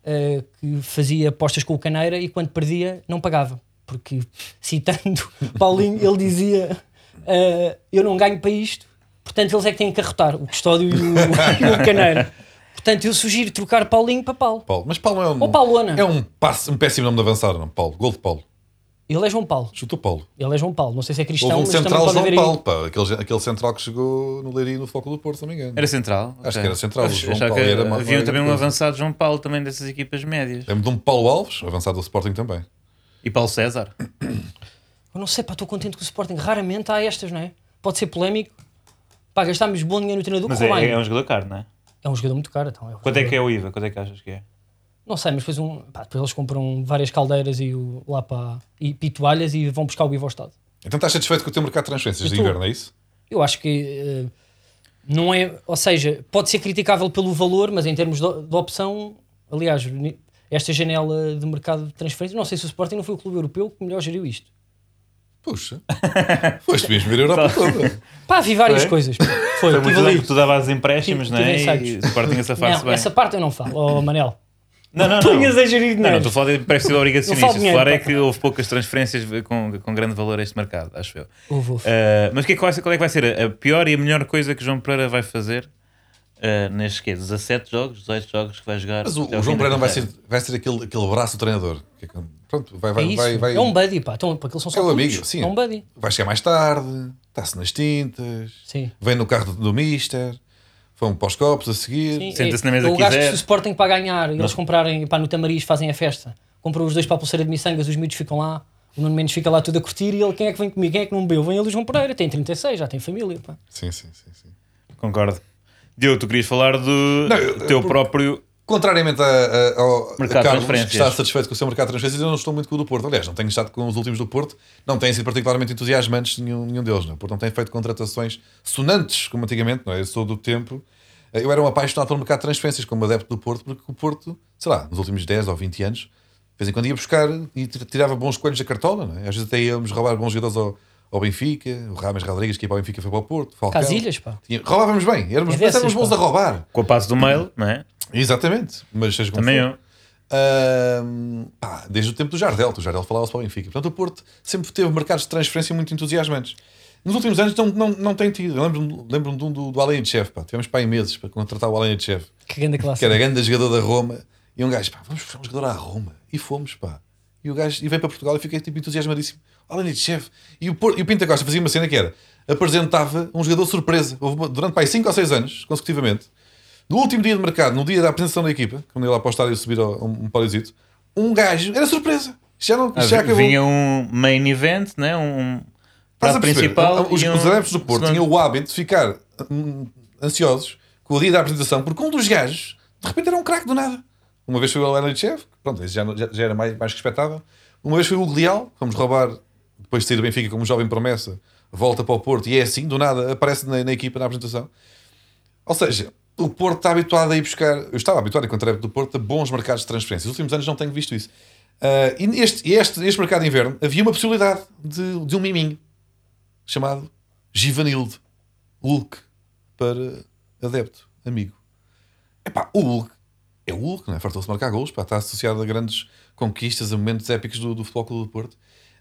B: eh, que fazia apostas com o Caneira e quando perdia não pagava. Porque, citando Paulinho, ele dizia: eh, Eu não ganho para isto, portanto eles é que têm que arrotar o custódio e o, e o Caneira. Portanto, eu sugiro trocar Paulinho para Paulo.
A: Paulo. Mas Paulo é um.
B: Ou Paulona.
A: É um, passe- um péssimo nome de avançado, não? Paulo. Gol de Paulo.
B: Ele é João Paulo.
A: Chuta o Paulo.
B: Ele é João Paulo. Não sei se é cristão,
A: Houve um
B: mas também
A: central
B: pode haver
A: João
B: aí-
A: Paulo, pá. Aquele, aquele central que chegou no Leirinho no Foco do Porto, se não me engano.
C: Era central.
A: Acho
C: ok.
A: que era central, o João
C: Achava
A: Paulo
C: que
A: era mais-
C: havia
A: era
C: também um
A: coisa.
C: avançado João Paulo também dessas equipas médias.
A: Lembro de um Paulo Alves, avançado do Sporting também.
C: E Paulo César.
B: Eu não sei, pá, estou contente com o Sporting. Raramente há estas, não é? Pode ser polémico. Pá, gastámos bom dinheiro no treinador
C: Mas
B: com
C: é,
B: o Ryan.
C: é um jogador caro, não é?
B: É um jogador muito caro, então. um
C: Quanto é
B: jogador-
C: que é o IVA? Quanto é que achas que é?
B: Não sei, mas depois, um, pá, depois eles compram várias caldeiras e o, lá para e, e toalhas e vão buscar o Ivo ao estado.
A: Então estás satisfeito com o teu mercado de transferências
B: Eu
A: de
B: tô.
A: inverno, é isso?
B: Eu acho que eh, não é, ou seja, pode ser criticável pelo valor, mas em termos de, de opção, aliás, ni- esta janela de mercado de transferência, não sei se o Sporting não foi o clube europeu que melhor geriu isto.
A: Puxa. Foste mesmo ver a Europa toda.
B: Pá, vi várias
C: Foi?
B: coisas. pá. Foi,
C: Foi
B: tive
C: muito bem
B: ali.
C: que tu davas empréstimos,
B: Tive-
C: não é?
B: tive
C: E
B: insights.
C: o Sporting a safar-se
B: Não,
C: bem.
B: essa parte eu não falo, oh, Manel.
C: Não, não,
B: Punhas a gerir
C: Não,
B: dinheiro.
C: não estou a falar de empréstimo obrigacionista.
B: Não falo
C: Estou a falar é
B: dinheiro, pá.
C: que houve poucas transferências com, com grande valor a este mercado, acho eu.
B: Houve, houve.
C: Uh, mas que é que vai ser- qual é que vai ser a- a pior e a melhor coisa que João Pereira vai fazer uh, nestes quê? 17 jogos, 18 jogos que vai jogar?
A: Mas o,
C: até
A: o
C: ao
A: João
C: fim da
A: Pereira vai ser,
C: carreira?
A: vai ser aquele, aquele braço do treinador. Que é quando- Pronto, vai,
B: é
A: vai,
B: isso.
A: vai, vai,
B: É um buddy, pá. Então, porque eles são só
A: É um
B: putos.
A: amigo, sim.
B: É um buddy.
A: vai chegar mais tarde, está-se nas tintas,
B: Sim.
A: vem no carro do, do Mister, vão para os copos a seguir.
B: Sim,
C: Senta-se
B: é-
C: na mesa
B: eu
C: que
B: gasto
C: quiser.
B: se o Sporting para ganhar, eles comprarem pá, no Tamariz, fazem a festa, compram os dois para a pulseira de miçangas, os miúdos ficam lá, o Nuno Mendes fica lá tudo a curtir e ele, quem é que vem comigo, quem é que não bebeu? Vem ele o João Pereira, tem 36, já tem família. Pá.
A: Sim, sim, sim. sim.
C: Concordo. Diogo, tu querias falar do
A: eu-
C: teu próprio.
A: Contrariamente a, a- ao
C: Mercado de
A: a Carlos,
C: transferências.
A: que está satisfeito com o seu mercado de transferências, eu não estou muito com o do Porto. Aliás, não tenho estado com os últimos do Porto, não têm sido particularmente entusiasmantes nenhum, nenhum deles. Não. é? O Porto não tem feito contratações sonantes, como antigamente, não é? Eu sou do tempo. Eu era um apaixonado pelo mercado de transferências, como adepto do Porto, porque o Porto, sei lá, nos últimos 10 ou 20 anos, de vez em quando ia buscar e tir- tirava bons coelhos da cartola, não é? Às vezes até íamos roubar bons jogadores ao, ao Benfica, o Rames Rodrigues que ia para o Benfica foi para o Porto, Falcão.
B: Casilhas, pá.
A: Tinha- roubávamos bem, éramos,
B: É
A: nós éramos
B: dessas,
A: bons
B: pá.
A: a roubar.
C: Com a passo do mail, não é?
A: Exatamente, mas seja como
C: Também
A: for.
C: eu.
A: Ahm, pá, desde o tempo do Jardel, o Jardel falava-se para o Benfica. Portanto, o Porto sempre teve mercados de transferência muito entusiasmantes. Nos últimos anos não, não, não tem tido. Eu lembro-me lembro de um do, do Alenchef, pá. Tivemos para aí meses para contratar o Alenchef,
B: Que grande classe.
A: que era grande jogador da Roma. E um gajo, pá, vamos buscar um jogador à Roma. E fomos, pá. E o gajo e veio para Portugal e fiquei tipo entusiasmadíssimo. Alenchef. E o, Por- e o Pinta Costa fazia uma cena que era apresentava um jogador surpresa. Houve uma- durante para aí 5 ou 6 anos, consecutivamente, no último dia de mercado, no dia da apresentação da equipa, quando ele lá para o estádio subir ao- um, um paliozito, um gajo, era surpresa. Isto Já não, isto já
C: Ah,
A: acabou.
C: Vinha um main event, né? um
A: Estás
C: prato
A: a perceber? Então,
C: principal.
A: Os,
C: e um
A: os adeptos do Porto
C: segundo.
A: tinham o hábito de ficar hum, ansiosos com o dia da apresentação, porque um dos gajos, de repente, era um craque do nada. Uma vez foi o Leonard Chev, pronto, esse já, não- já- já era mais, mais respeitável. Uma vez foi o Hugo Leal, vamos roubar, depois de sair do Benfica como jovem promessa, volta para o Porto e é assim, do nada, aparece na, na equipa na apresentação. Ou seja, o Porto está habituado a ir buscar. Eu estava habituado, enquanto adepto do Porto, a bons mercados de transferência. Nos últimos anos não tenho visto isso. Ah, e neste este, este mercado de inverno havia uma possibilidade de, de um miminho chamado Givanildo Hulk para adepto, amigo. Epá, o Hulk é o Hulk, não é? Fartou-se de marcar gols, pá, está associado a grandes conquistas, a momentos épicos do, do Futebol Clube do Porto.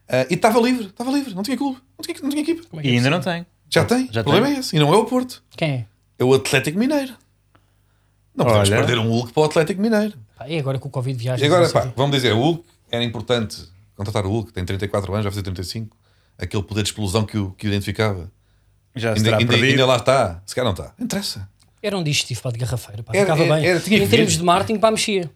A: Ah, e estava livre, estava livre, não tinha clube, não tinha, não tinha equipa.
B: Como é que
C: E
B: é
C: ainda
B: possível?
C: não tem.
A: Já tem,
C: Já
A: o problema é esse. E não é o Porto,
B: Quem é?
A: é o Atlético Mineiro. Não podemos
C: Olha.
A: perder um Hulk para o Atlético Mineiro.
B: Pá, e agora que o Covid viaja.
A: E agora,
B: não sei
A: pá,
B: o quê.
A: vamos dizer, o Hulk era importante contratar o Hulk, tem 34 anos, vai fazer 35. Aquele poder de explosão que o, que o identificava. é?
C: Já se
A: Ainda,
C: terá
A: ainda, ainda
C: perdido.
A: lá está. Se calhar não está. Não Interessa.
B: Era um digestivo pá, de garrafeira. Pá.
A: Era-
B: Ficava
A: era-
B: bem.
A: era- tinha
B: em
A: que
B: termos
A: ver.
B: de marketing, pá, mexia.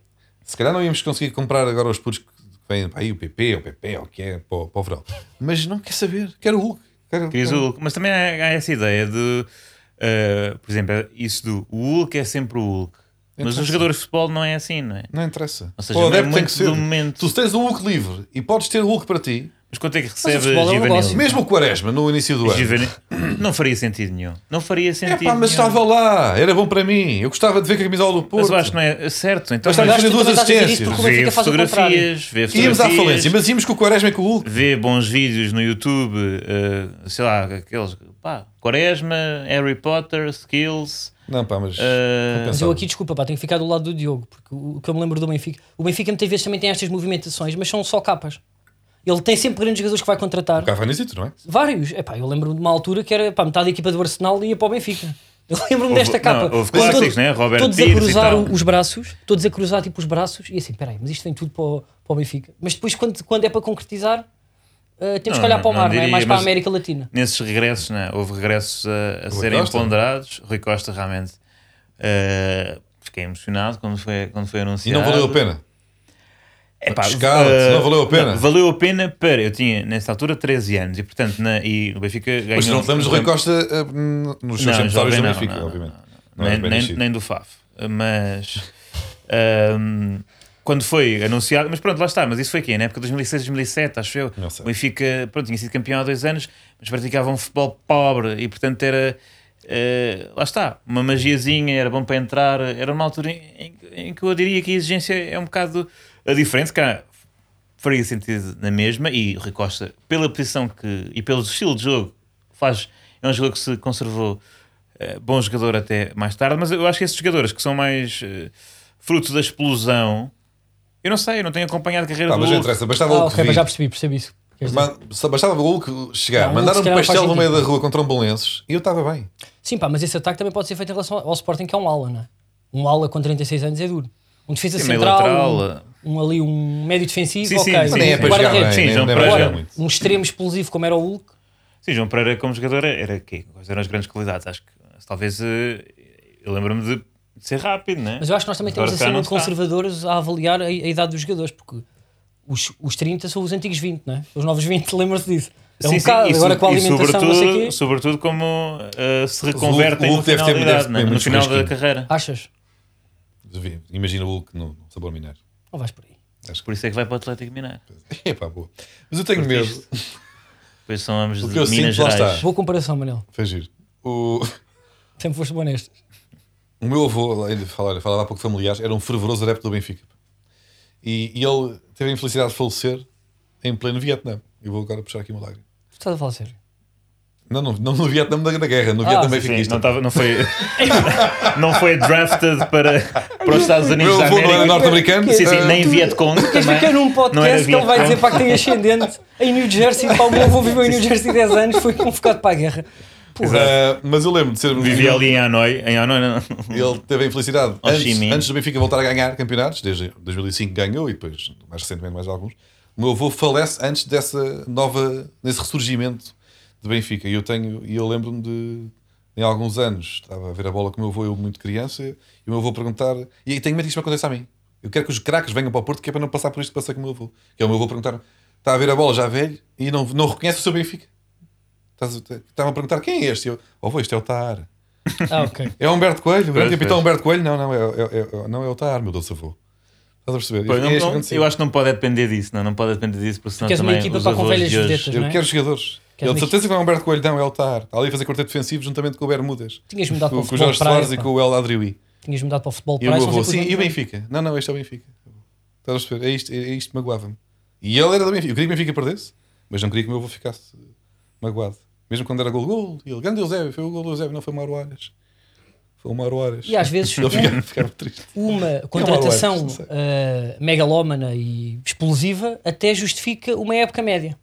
A: Se calhar não íamos conseguir comprar agora os putos que vêm para aí, o PP, o PP, ou o que é, para o, para o verão. Mas não quer saber. Quero o Hulk. Quero,
C: Querias o Hulk. Mas também há, há essa ideia de, eh, por exemplo, isso do o Hulk é sempre o Hulk. Mas
A: Então,
C: um jogador de futebol não é assim, não é?
A: Não interessa.
C: Ou seja,
A: Para o
C: não é
A: adepto tem
C: muito
A: que ser.
C: do momento.
A: Tu se tens o Hulk livre e podes ter o Hulk para ti,
C: Mas quanto é que recebe
B: futebol é um negócio.
C: Givanil?
A: mesmo o Quaresma no início do ano.
C: Givanil- Não faria sentido nenhum. Não faria
A: É
C: sentido.
A: pá, mas
C: nenhum.
A: estava lá. Era bom para mim. Eu gostava de ver com a camisola do Porto.
C: Mas eu acho que não é certo. Então,
A: Mas está a
B: Mas
A: fazer
B: tu
A: duas
B: também estás a dizer isso
A: assistências.
B: porque o
C: vê
B: Benfica faz o contrário.
C: fotografias, vê
A: Íamos à falência,
C: fotografias,
A: mas íamos com o Quaresma e com o Hulk.
C: vê bons vídeos no YouTube, eh, sei lá, aqueles pá, Quaresma, Harry Potter, Skills.
A: Não, pá, mas.
C: eh,
B: Mas eu aqui, desculpa, pá, tenho que ficar do lado do Diogo, porque o o que eu me lembro do Benfica. O Benfica muitas vezes também tem estas movimentações, mas são só capas. Ele tem sempre grandes jogadores que vai contratar.
A: O Cavanisito, não é?
B: Vários. Epá, eu lembro-me de uma altura que era pá, metade da equipa do Arsenal ia para o Benfica. Eu lembro-me desta
C: não,
B: capa.
C: houve
B: Mas
C: clássicos,
B: todos-
C: né? Robert
B: Todos a
C: Pires e
B: cruzar
C: tal.
B: o- os braços, todos a cruzar tipo os braços e assim, peraí, mas isto vem tudo para o, para o Benfica. Mas depois, quando, quando é para concretizar, eh, temos
C: Não,
B: que olhar
C: não-
B: para o
C: não
B: mar, não é?
C: diria,
B: Mais para a
C: mas-
B: América Latina.
C: nesses regressos, né? houve regressos a, a serem
A: Costa.
C: ponderados. Rui Costa realmente eh, fiquei emocionado quando foi, quando foi
A: E
C: anunciado.
A: não valeu a pena.
C: Epá,
A: Escala-te,
C: eh,
A: não valeu a pena.
C: não, valeu a pena para. Eu tinha nessa altura 13 anos e portanto na, e o Benfica ganhou.
A: Mas não temos o Rui Costa eh, hum, nos seus
C: um Não,
A: episódios
C: jovem
A: do
C: não,
A: Benfica,
C: não, não,
A: obviamente.
C: não,
A: Não é
C: nem,
A: era bem
C: nem-
A: nascido.
C: nem do Faf. Mas ahm, quando foi anunciado, mas pronto, lá está. Mas isso foi aqui, na época de 2006, 2007, acho eu.
A: Não sei.
C: O Benfica pronto, tinha sido campeão há dois anos, mas praticava um futebol pobre e portanto era. eh, lá está, uma magiazinha, era bom para entrar. Era uma altura em, em- em que eu diria que a exigência é um bocado a diferença. Cá faria sentido na mesma e o Rui Costa, pela posição que e pelo estilo de jogo, faz é um jogo que se conservou eh, bom jogador até mais tarde, mas eu acho que esses jogadores que são mais eh, fruto da explosão, eu não sei, eu não tenho acompanhado a carreira
A: Pá, Tá,
C: do
A: mas não
C: Hulk.
A: interessa, bastava
B: Ah,
A: o
B: ok,
A: Hulk
B: mas já
A: vir.
B: percebi, percebi isso. Quer dizer,
A: Man- só Bastava o Hulk chegar,
B: Não, o Hulk
A: mandar
B: se
A: um
B: calhar não faz
A: pastel no
B: sentido.
A: meio da rua contra um bolenses e eu estava bem.
B: Sim, pá, mas esse ataque também pode ser feito em relação ao Sporting, que é um ala, não é? Um ala com 36 anos é duro. Um defesa
C: Sim, meio
B: central,
C: lateral, eh,
B: um, um ali, um médio defensivo,
C: Sim,
B: ok.
C: sim, sim,
A: eh. Mas nem é
C: sim.
A: para
B: Guarda
A: jogar bem,
B: redes.
C: Sim,
A: nem-
C: João
A: nem é para
C: Pereira.
A: jogar
B: Agora,
A: muito.
B: um extremo explosivo como era o Hulk,
C: Sim, João Pereira como jogador era aqui, quais eram as grandes qualidades? Acho que talvez eh, eu lembro-me de de ser rápido, né?
B: mas eu acho que nós também
C: Agora
B: temos a
C: se calhar
B: ser
C: não
B: muito
C: está.
B: conservadores a avaliar a, a idade dos jogadores, porque os, os 30 são os antigos 20, não é? Os novos 20, lembra-se disso. É um
C: Sim, sim,
B: bocado,
C: e
B: agora
C: so-
B: com a
C: e
B: alimentação, não sei o
C: sobretudo,
B: quê.
C: sobretudo como eh, se reconvertem
A: o
C: no
A: Hulk deve
C: final,
A: ter-
C: da
A: deve
C: idade,
A: ter
C: né?
A: muito
C: no final da
A: fresquinho.
C: carreira.
B: Achas?
A: Devia. Imagina o Hulk no sabor mineiro.
B: Não vais por aí.
C: Por isso é que vai para o Atlético Mineiro.
A: É pá, boa. Mas eu tenho medo.
C: Isto. Depois são ambos
A: O
C: de
A: que eu
C: Minas
A: sinto, lá
C: Gerais.
B: Boa comparação, Manel.
A: Foi giro. O,
B: Sempre foste bom neste.
A: o meu avô, ele falava, falava há pouco de familiares, era um fervoroso adepto do Benfica. E, e ele teve a infelicidade de falecer em pleno Vietnã. Eu vou agora puxar aqui uma lágrima.
B: Tu estás a falar sério.
A: Não, não, não no Vietnã da, da guerra, no
B: Ah,
A: Vietnã
B: sim,
A: bem
C: Sim,
A: fiquista.
C: não, tava- não foi, não foi drafted para, para os Estados Unidos
A: Meu
C: da
A: avô não era
C: América.
A: norte-americano.
C: Sim, sim,
A: eh,
C: nem Vietcong.
B: Queres ver
C: também.
B: que é num
C: Não era
B: podcast que ele vai
C: Vietcong.
B: dizer para que tem ascendente em New Jersey, para o meu avô viveu em New Jersey 10 anos, foi convocado para a guerra. Porra,
A: eh, mas eu lembro de ser. um
C: Vivia ali em Hanoi. Em Hanoi, não.
A: Ele teve a infelicidade
C: Ao
A: antes,
C: Chiminho.
A: antes do Benfica voltar a ganhar campeonatos, desde 2005 ganhou e depois mais recentemente mais alguns. O meu avô falece antes dessa nova, desse ressurgimento de Benfica. E eu tenho, e eu lembro-me de em alguns anos estava a ver a bola com o meu avô, eu muito criança, e o meu avô perguntar, e tenho medo que isto me aconteça a mim. Eu quero que os craques venham para o Porto, que é para não passar por isto que passei com o meu avô. Que é o meu avô perguntar, está a ver a bola já velho e não, não reconhece o seu Benfica. Estás a- Estava a perguntar quem é este? E Eu, oh, avô, este é o Tar.
B: ah, ok.
A: É Humberto Coelho, o grande
C: Pois,
A: capitão
C: pois.
A: Humberto Coelho, não, não, é, é, é- não é o Tar, meu doce avô. Estás a perceber?
C: Pois,
A: É
C: não-
A: este
C: não-
A: grande sim.
C: eu acho que não pode depender disso, não, não pode depender disso, porque senão
B: Queres uma
C: também
B: equipa
C: os
B: para com
C: avós
B: velhas
C: de hoje-
B: vedetas,
A: Eu
B: não é?
A: quero jogadores.
B: Queres
A: eu de
B: uma
A: certeza que não é o Humberto Coelho, não, é o Tar. Está ali a fazer quarteto defensivo juntamente com o Bermudas.
B: Tinhas mudado para
A: Com, com
B: o
A: o
B: futebol
A: Jorge
B: de praia,
A: Soares e
B: pá.
A: com o El Adriwi.
B: Tinhas mudado para o futebol
A: E o meu
B: praia. não sei
A: avô,
B: porquê.
A: sim, e o Benfica. Não, não, este é o Benfica. Estás a perceber? É isto, é, é isto que magoava-me. E ele era do Benfica. Eu queria que o Benfica perdesse, mas não queria que o meu avô ficasse magoado. Mesmo quando era gol, gol, e ele, grande Eusébio, foi o gol do Eusébio, não foi o Mauro Aras. Foi o Mauro Aras.
B: E às vezes
A: Ele ficava, ficava triste.
B: uma
A: não
B: contratação
A: sei.
B: eh, megalómana e explosiva até justifica uma época média.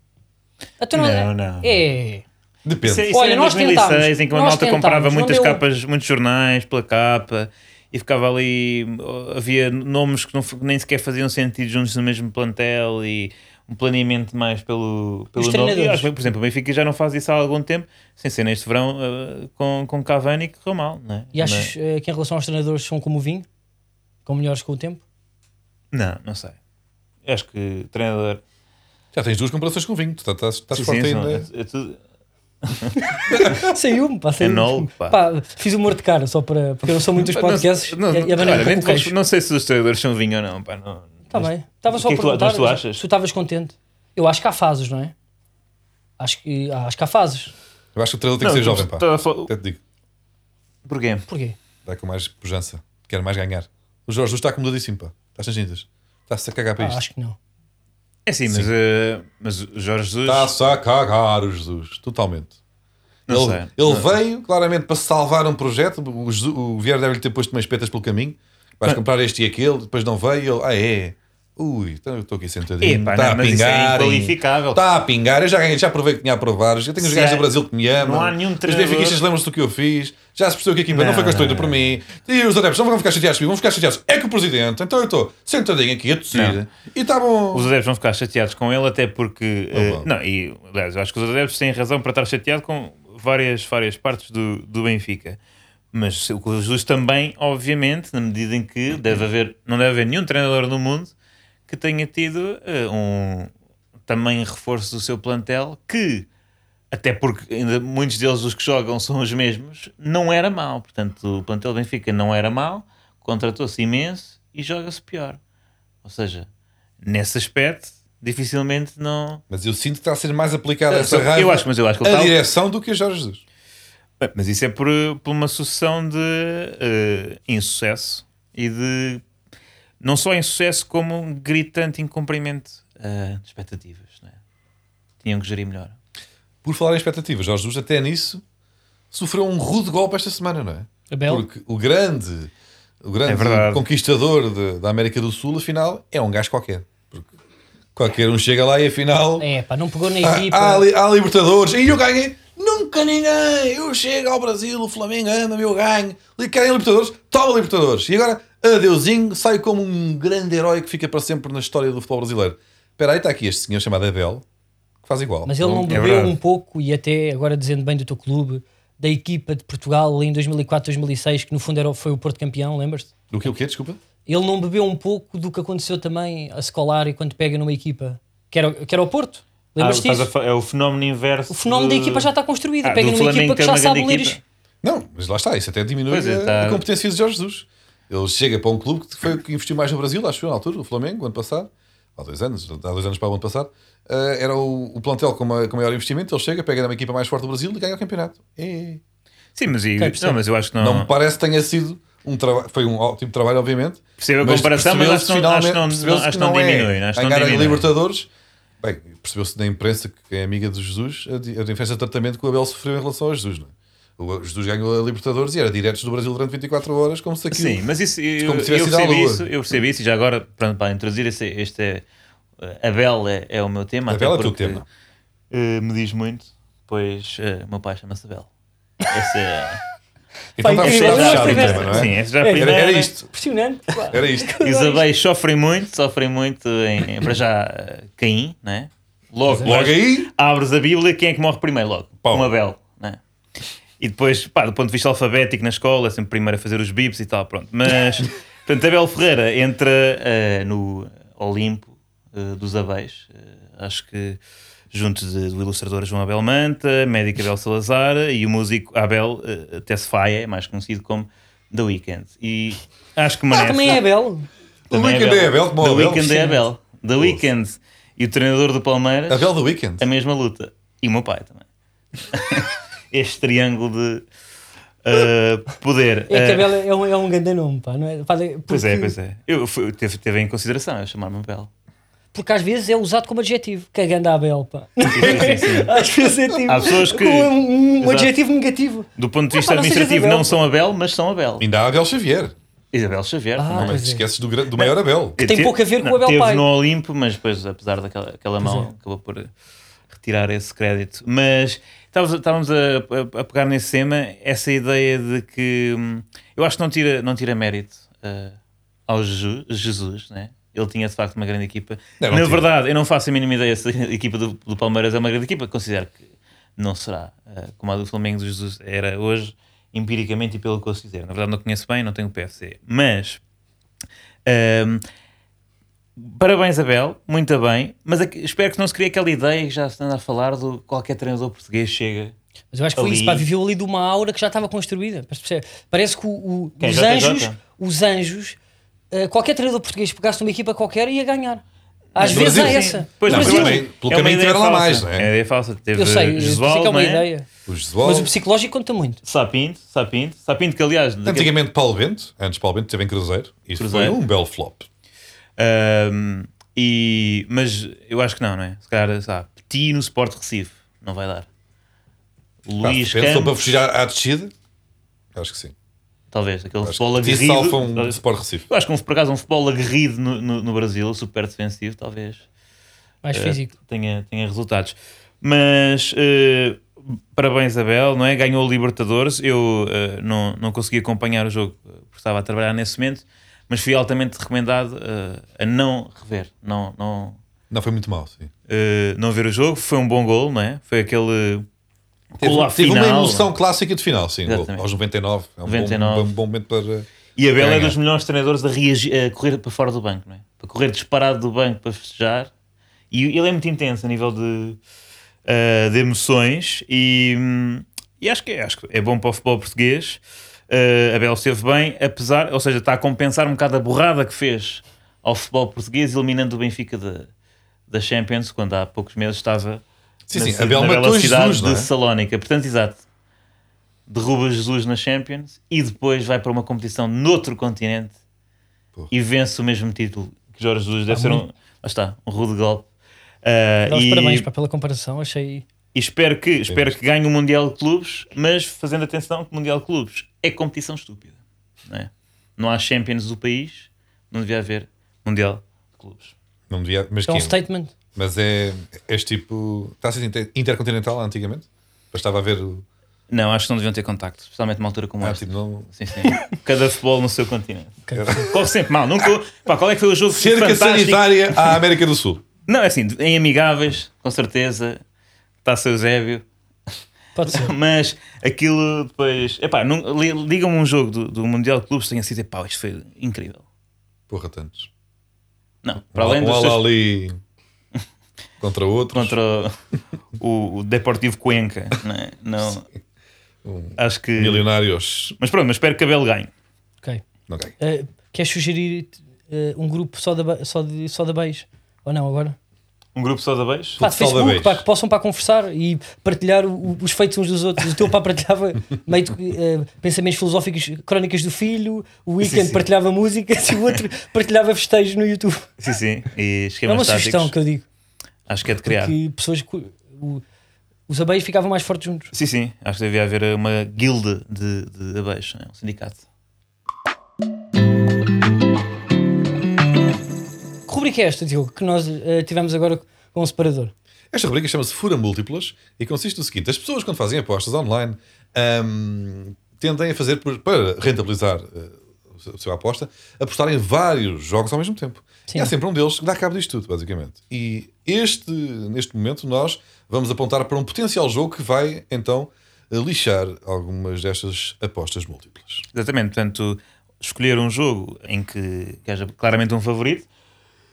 B: Então
C: Não, não.
B: É.
A: Depende.
C: Isso, isso
B: Olha,
C: era em
B: nós
C: 2006,
B: tentámos,
C: em que uma
B: nós
C: malta
B: tentámos,
C: comprava
B: não
C: muitas
B: deu.
C: capas, muitos jornais pela capa e ficava ali. Havia nomes que não f- nem sequer faziam sentido juntos no mesmo plantel e um planeamento mais pelo, pelo nome.
B: treinadores.
C: E acho que, por exemplo, o Benfica já não faz isso há algum tempo, sem ser neste verão, eh, com, com Cavani que correu mal, não é?
B: E achas eh, que em relação aos treinadores são como o vinho? Com melhores com o tempo?
C: Não, não sei. Eu Acho que treinador.
A: Já tens duas comparações com vinho, portanto estás, estás
C: Sim,
A: forte
C: sim,
A: ainda.
C: não, é- é tudo-
B: Saiu-me, pá, saiu-me.
C: novo, pá.
B: Fiz humor de cara, só para. Porque eu não sou muito dos podcasts.
C: Não, não,
B: e a maneira como
C: olha, nem te vou-
B: queixo.
C: não sei se os treinadores são vinho ou não. Pá, não
B: Está Tá
C: mas-
B: bem. Estava só
C: O
B: a
C: que é que tu-
B: perguntar
C: mas tu achas?
B: se tu estavas contente. Eu acho que há fases, não é? Acho que, acho que há fases.
A: Eu acho que o treinador tem que
C: Não,
A: ser
C: tu-
A: jovem, pá.
C: tu- tu-
A: Até te digo,
C: Porquê?
B: Porquê?
A: está com mais pujança, quer mais ganhar. O Jorge Luz está acomodadíssimo, pá. Estás nas cintas. Está-se a cagar para
B: Ah,
A: isto.
B: acho que não.
C: É sim, mas, eh, mas o Jorge Jesus.
A: Está-se a cagar o Jesus, totalmente.
C: Não
A: ele
C: sei.
A: ele
C: Não.
A: veio claramente para salvar um projeto. O, Jesus- o Vieira deve-lhe ter posto umas petas pelo caminho. Vais comprar este e aquele, depois não veio. Ele, ah, é. Ui, então eu estou aqui sentadinho.
C: Epá,
A: Está
C: não,
A: a
C: mas isso é
A: pingar. hein?
C: inqualificável.
A: Está a pingar. Eu já, ganhei- já provei que tinha a provar. Eu tenho os
C: Se
A: gajos
C: há-
A: do Brasil que me amam.
C: não há nenhum
A: Os
C: treinador-
A: benfiquistas lembram-se do que eu fiz. Já se percebeu que a equipa não,
C: Não,
A: foi construída
C: não,
A: por mim. E os adeptos não vão ficar chateados comigo, vão ficar chateados. É que o presidente, então eu estou sentadinho aqui a
C: Não.
A: tossir. E está bom.
C: Os adeptos vão ficar chateados com ele, até porque. eh,
A: Opa.
C: não, e aliás, eu acho que os adeptos têm razão para estar chateado com várias, várias partes do, do Benfica. Mas o que o Jesus também, obviamente, na medida em que deve haver, não deve haver nenhum treinador no mundo que tenha tido eh, um também reforço do seu plantel que, até porque ainda muitos deles os que jogam são os mesmos, não era mau. Portanto, o plantel do Benfica não era mau, contratou-se imenso e joga-se pior. Ou seja, nesse aspecto, dificilmente não.
A: Mas eu sinto que está a ser mais aplicada
C: Eu
A: essa
C: acho-
A: raiva
C: eu acho- mas eu acho que ele
A: à
C: está-
A: direção do que a Jorge Jesus.
C: Bem, Mas isso é por, por uma sucessão de eh, insucesso e de não só insucesso, como um gritante incumprimento eh, de expectativas. não é? Tinham que gerir melhor.
A: Por falar em expectativas, Jorge Jesus até nisso sosfreu um rude golpe esta semana, não é?
B: Abel?
A: Porque o grande, o grande
C: É verdade.
A: conquistador de- da América do Sul, afinal, é um gajo qualquer. Porque qualquer um chega lá e afinal
B: É, pá, não pegou na
A: há,
B: equipa.
A: Ah, há li- há Libertadores e eu ganhei. Nunca ninguém. Eu chego ao Brasil, o Flamengo anda, eu ganho. Li- Querem Libertadores? Toma Libertadores. E agora, adeusinho, saio como um grande herói que fica para sempre na história do futebol brasileiro. Espera aí, está aqui este senhor chamado Abel, que faz igual.
B: Mas ele não
C: É
B: bebeu
C: verdade.
B: um pouco, e até agora dizendo bem do teu clube, da equipa de Portugal ali em 2004, 2006, que no fundo era, o- foi o Porto campeão, lembras-te?
A: O que, o que? Desculpa?
B: Ele não bebeu um pouco do que aconteceu também a Scolari quando pega numa equipa, que era, que era o Porto. Lembras-te
C: Ah, estás a
B: disso?
C: fa- é o fenómeno inverso.
B: O fenómeno da
C: de-
B: equipa já está construído.
C: Ah,
B: pega
C: do
B: numa
C: Flamengo
B: equipa que
C: ter
B: já
C: uma
B: sabe
C: grande
B: ler.
C: equipa.
B: os-
A: Não, mas lá está, isso até diminui
C: Pois é,
A: a-
C: está-
A: a competência de Jorge Jesus. Ele chega para um clube que foi o que investiu mais no Brasil, acho eu, na altura, o Flamengo, ano passado, há dois anos, há dois anos para o ano passado, eh, era o, o plantel com, ma- com maior investimento. Ele chega, pega numa equipa mais forte do Brasil e ganha o campeonato. É.
C: Sim, mas, e-
B: Ok, percebo.
C: não, mas eu acho que
A: Não me parece que tenha sido um trabalho, foi um ótimo trabalho, obviamente.
C: Percebo a comparação, mas
A: percebeu-se
C: acho que não- acho que não-
A: percebeu-se é.
C: acho que não diminui, acho que não
A: Ganhar a
C: diminui.
A: Libertadores Bem, percebeu-se na imprensa que quem é amiga de Jesus, a di- a diferença de tratamento que o Abel sofreu em relação a Jesus, não é? O Jesus ganhou a Libertadores e era diretos do Brasil durante 24 horas, como se aquilo...
C: Sim, mas isso eu,
A: Como se tivesse
C: eu
A: ido à
C: percebi
A: Lua.
C: isso, eu percebi isso e já agora, pronto, para introduzir este, este é- Abel é, é o meu tema. até
A: Abel é o teu
C: porque,
A: tema.
C: eh, me diz muito, pois eh, o meu pai chama-se Abel. Esse é.
A: Então
B: Pá,
A: estava
B: incrível,
A: fechado,
B: não
A: fechado o
B: tivesse-
A: tema, não é?
C: Sim, esse já é a
A: Era,
C: primeira.
A: era isto,
B: Impressionante. pá.
A: era isto.
C: E os abelhos sofrem muito, sofrem muito em, para já eh, Caim,
A: é
C: né? Logo,
A: Logo
C: nós
A: aí?
C: abres a Bíblia, quem é que morre primeiro? Logo,
A: Pau.
C: um Abel, né? E depois, pá, do ponto de vista alfabético na escola, é sempre primeiro a fazer os bips e tal, pronto. Mas, portanto, Abel Ferreira entra eh, no Olimpo eh, dos Abéis, eh, acho que junto de- do ilustrador João Abel Manta, médico Abel Salazar e o músico Abel eh, Tesfaye, mais conhecido como The Weeknd. E acho que
B: Ah,
C: merece.
B: também é belo.
A: O Weekend é Abel, como o
C: The
A: Abel.
C: Weeknd é Abel. The Weeknd e o treinador do Palmeiras,
A: Abel do Weekend.
C: a mesma luta. E o meu pai também. este triângulo de uh, poder.
B: É que
C: Uh,
B: Abel é um, é um grande nome, pá. Não é? Pá, de-
C: Pois é,
B: porque-
C: pois é. Eu, fui- teve, teve em consideração eu chamar-me Abel.
B: Porque às vezes é usado como adjetivo. Que é grande Abel, pá.
C: Sim, sim, sim.
B: Às vezes é tipo.
C: Há pessoas
B: com
C: que-
B: Um, um
C: Exato.
B: adjetivo negativo.
C: Do ponto de vista
B: Ah, pá, não sejas
C: administrativo,
B: Abel.
C: não são Abel, mas são Abel.
A: Ainda há Abel Xavier.
C: Isabel Xavier.
B: Ah,
C: também.
A: Mas
B: Pois é.
A: esqueces do, grande- do maior Abel.
B: tem
C: Te-
B: pouco a ver com
C: não,
B: o Abel
C: teve
B: Pai.
C: no Olimpo, mas depois, apesar daquela aquela mão,
B: é.
C: acabou por retirar esse crédito. Mas estávamos, estávamos a, a- a pegar nesse tema, essa ideia de que hum, eu acho que não tira, não tira mérito ah, ao Jeju- Jesus, né? Ele tinha de facto uma grande equipa.
A: Não, não
C: Na
A: tinha.
C: verdade, eu não faço a mínima ideia se a equipa do, do Palmeiras é uma grande equipa. Considero que não será ah, como a do Flamengo do Jesus era hoje, empiricamente e pelo que eu considero. Na verdade, não conheço bem, não tenho PFC. Mas hum, Ahm, parabéns, Abel, muito bem. Mas aqui- espero que não se crie aquela ideia que já se anda a falar do qualquer treinador português chega.
B: Mas eu acho que foi
C: Ali.
B: isso, pá, viveu ali de uma aura que já estava construída. Mas percebe? Parece que o- o-
C: Quem?
B: os,
C: JJ?
B: anjos, os anjos, eh, qualquer treinador português pegasse numa equipa qualquer ia ganhar. Às
A: No
B: vezes
A: Brasil,
B: há
A: sim.
B: essa.
C: Pois,
A: Não,
C: mas
A: mas
B: Brasil,
A: também- pelo
C: é uma
A: caminho
C: ideia
A: tiveram lá
C: falsa.
A: mais, não é?
C: É uma ideia falsa. Teve
B: eu sei, eu sei
C: Gesualdo,
B: que é uma
C: não é?
B: ideia.
A: O Josual.
B: Mas o psicológico conta muito.
C: Sapinto, Sapinto, Sapinto, que aliás, daquele-
A: Antigamente Paulo Bento. Antes Paulo Bento esteve em Cruzeiro. Isto
C: Cruzeiro.
A: foi um belo flop.
C: Ahm, e, mas eu acho que não, não é? Se calhar, sabe, Petit no Sport Recife, não vai dar.
A: Pá,
C: Luís
A: Bento só para
C: Campos,
A: fugir à, à descida? Acho que sim.
C: talvez, aquele
A: Acho
C: futebol
A: que
C: aguerrido.
A: salva um
C: talvez.
A: Sport Recife.
C: Eu acho que um, por acaso um futebol aguerrido no, no, no Brasil, super defensivo, talvez.
B: Mais
C: eh,
B: físico.
C: tenha, tenha resultados. Mas eh, parabéns, Abel, não é? Ganhou o Libertadores. Eu eh, não, não consegui acompanhar o jogo eh, porque estava a trabalhar nesse momento, mas fui altamente recomendado eh, a não rever, não, não,
A: Não, foi muito mal, sim.
C: eh, não ver o jogo. Foi um bom gol, não é? Foi aquele.
A: Teve,
C: gol à
A: teve uma
C: final.
A: emoção clássica de final, sim.
C: Exatamente.
A: Gol. Aos 99. É um, bom-
C: 99.
A: um Bom, momento para.
C: E a Bela é
A: Ganhar.
C: dos melhores treinadores a, reagir, a correr para fora do banco, não é? Para correr disparado do banco para festejar. E ele é muito intenso a nível de, ah, de emoções. E, hum, e acho, que, é- acho que é bom para o futebol português. Ah, a Bela esteve bem, apesar, ou seja, está a compensar um bocado a borrada que fez ao futebol português, eliminando o Benfica da, da Champions, quando há poucos meses estava
A: Sim,
C: na
A: sim.
C: ci-
A: A Bel
C: na
A: matou
C: bela cidade
A: Jesus, não é?
C: de Salónica. Portanto, exato. Derruba Jesus na Champions e depois vai para uma competição noutro continente
A: Porra.
C: e vence o mesmo título que Jorge Jesus. Deve ser um, lá está, um rude golpe. Ah,
B: Dá os
C: e,
B: Então, parabéns pá, pela comparação, achei.
C: e espero que, espero que ganhe o Mundial de Clubes, mas fazendo atenção que o Mundial de Clubes é competição estúpida. Não, é? não há Champions do país, não devia haver Mundial de Clubes.
A: Não devia. Mas,
B: É um
A: quem?
B: statement.
A: mas é. És tipo. Está a ser inter- intercontinental antigamente? Mas estava a ver. o-
C: Não, acho que não deviam ter contacto, especialmente numa altura como
A: Ah,
C: esta.
A: tipo, não.
C: Sim, sim. Cada futebol no seu continente.
B: Ok.
C: Corre sempre mal. Nunca... Pá, qual é que foi o jogo
A: Cerca
C: fantástico?
A: sanitária à América do Sul.
C: Não, é assim, em amigáveis, com certeza. Está seu Eusébio.
B: Pode ser.
C: Mas aquilo depois. Epá, não- li- ligam-me um jogo do, do Mundial de Clubes que tenha sido. Epá, isto foi incrível.
A: Porra, tantos.
C: Não, para além
A: um
C: dos
A: Al
C: seus-
A: ali contra outros.
C: contra o- o, o Deportivo Cuenca, não é? Não. Acho que.
A: Milionários.
C: Mas pronto, mas espero que a Bel ganhe.
B: Ok.
A: Não ganha.
B: Eh, queres sugerir eh, um grupo só da, ba- só de, só da beijo? Ou não, agora?
C: Um grupo só de vez?
B: Pá,
A: Tudo
B: de
A: só da
B: Facebook,
A: vez.
B: pá, que possam para conversar e partilhar o- os feitos uns dos outros. O teu pai partilhava meio de, eh, pensamentos filosóficos, crónicas do filho, o Weekend partilhava música e o outro partilhava festejos no YouTube.
C: Sim, sim. E
B: É
C: esquemas
B: uma
C: táticos.
B: sugestão que eu digo.
C: Acho que é de criar.
B: Porque pessoas. cu- o- os abeios ficavam mais fortes juntos.
C: Sim, sim. Acho que devia haver uma guilda de, de abeios, né? um sindicato.
B: Que rubrica é esta, Diogo, que nós eh, tivemos agora com o separador?
A: Esta rubrica chama-se Fura Múltiplas e consiste no seguinte: as pessoas, quando fazem apostas online, ahm, tendem a fazer, por- para rentabilizar eh, a sua aposta, apostar em vários jogos ao mesmo tempo.
B: Sim.
A: E há sempre um deles que dá cabo disto tudo, basicamente. E este, neste momento, nós vamos apontar para um potencial jogo que vai, então, eh, lixar algumas destas apostas múltiplas.
C: Exatamente, portanto, escolher um jogo em que, que haja claramente um favorito,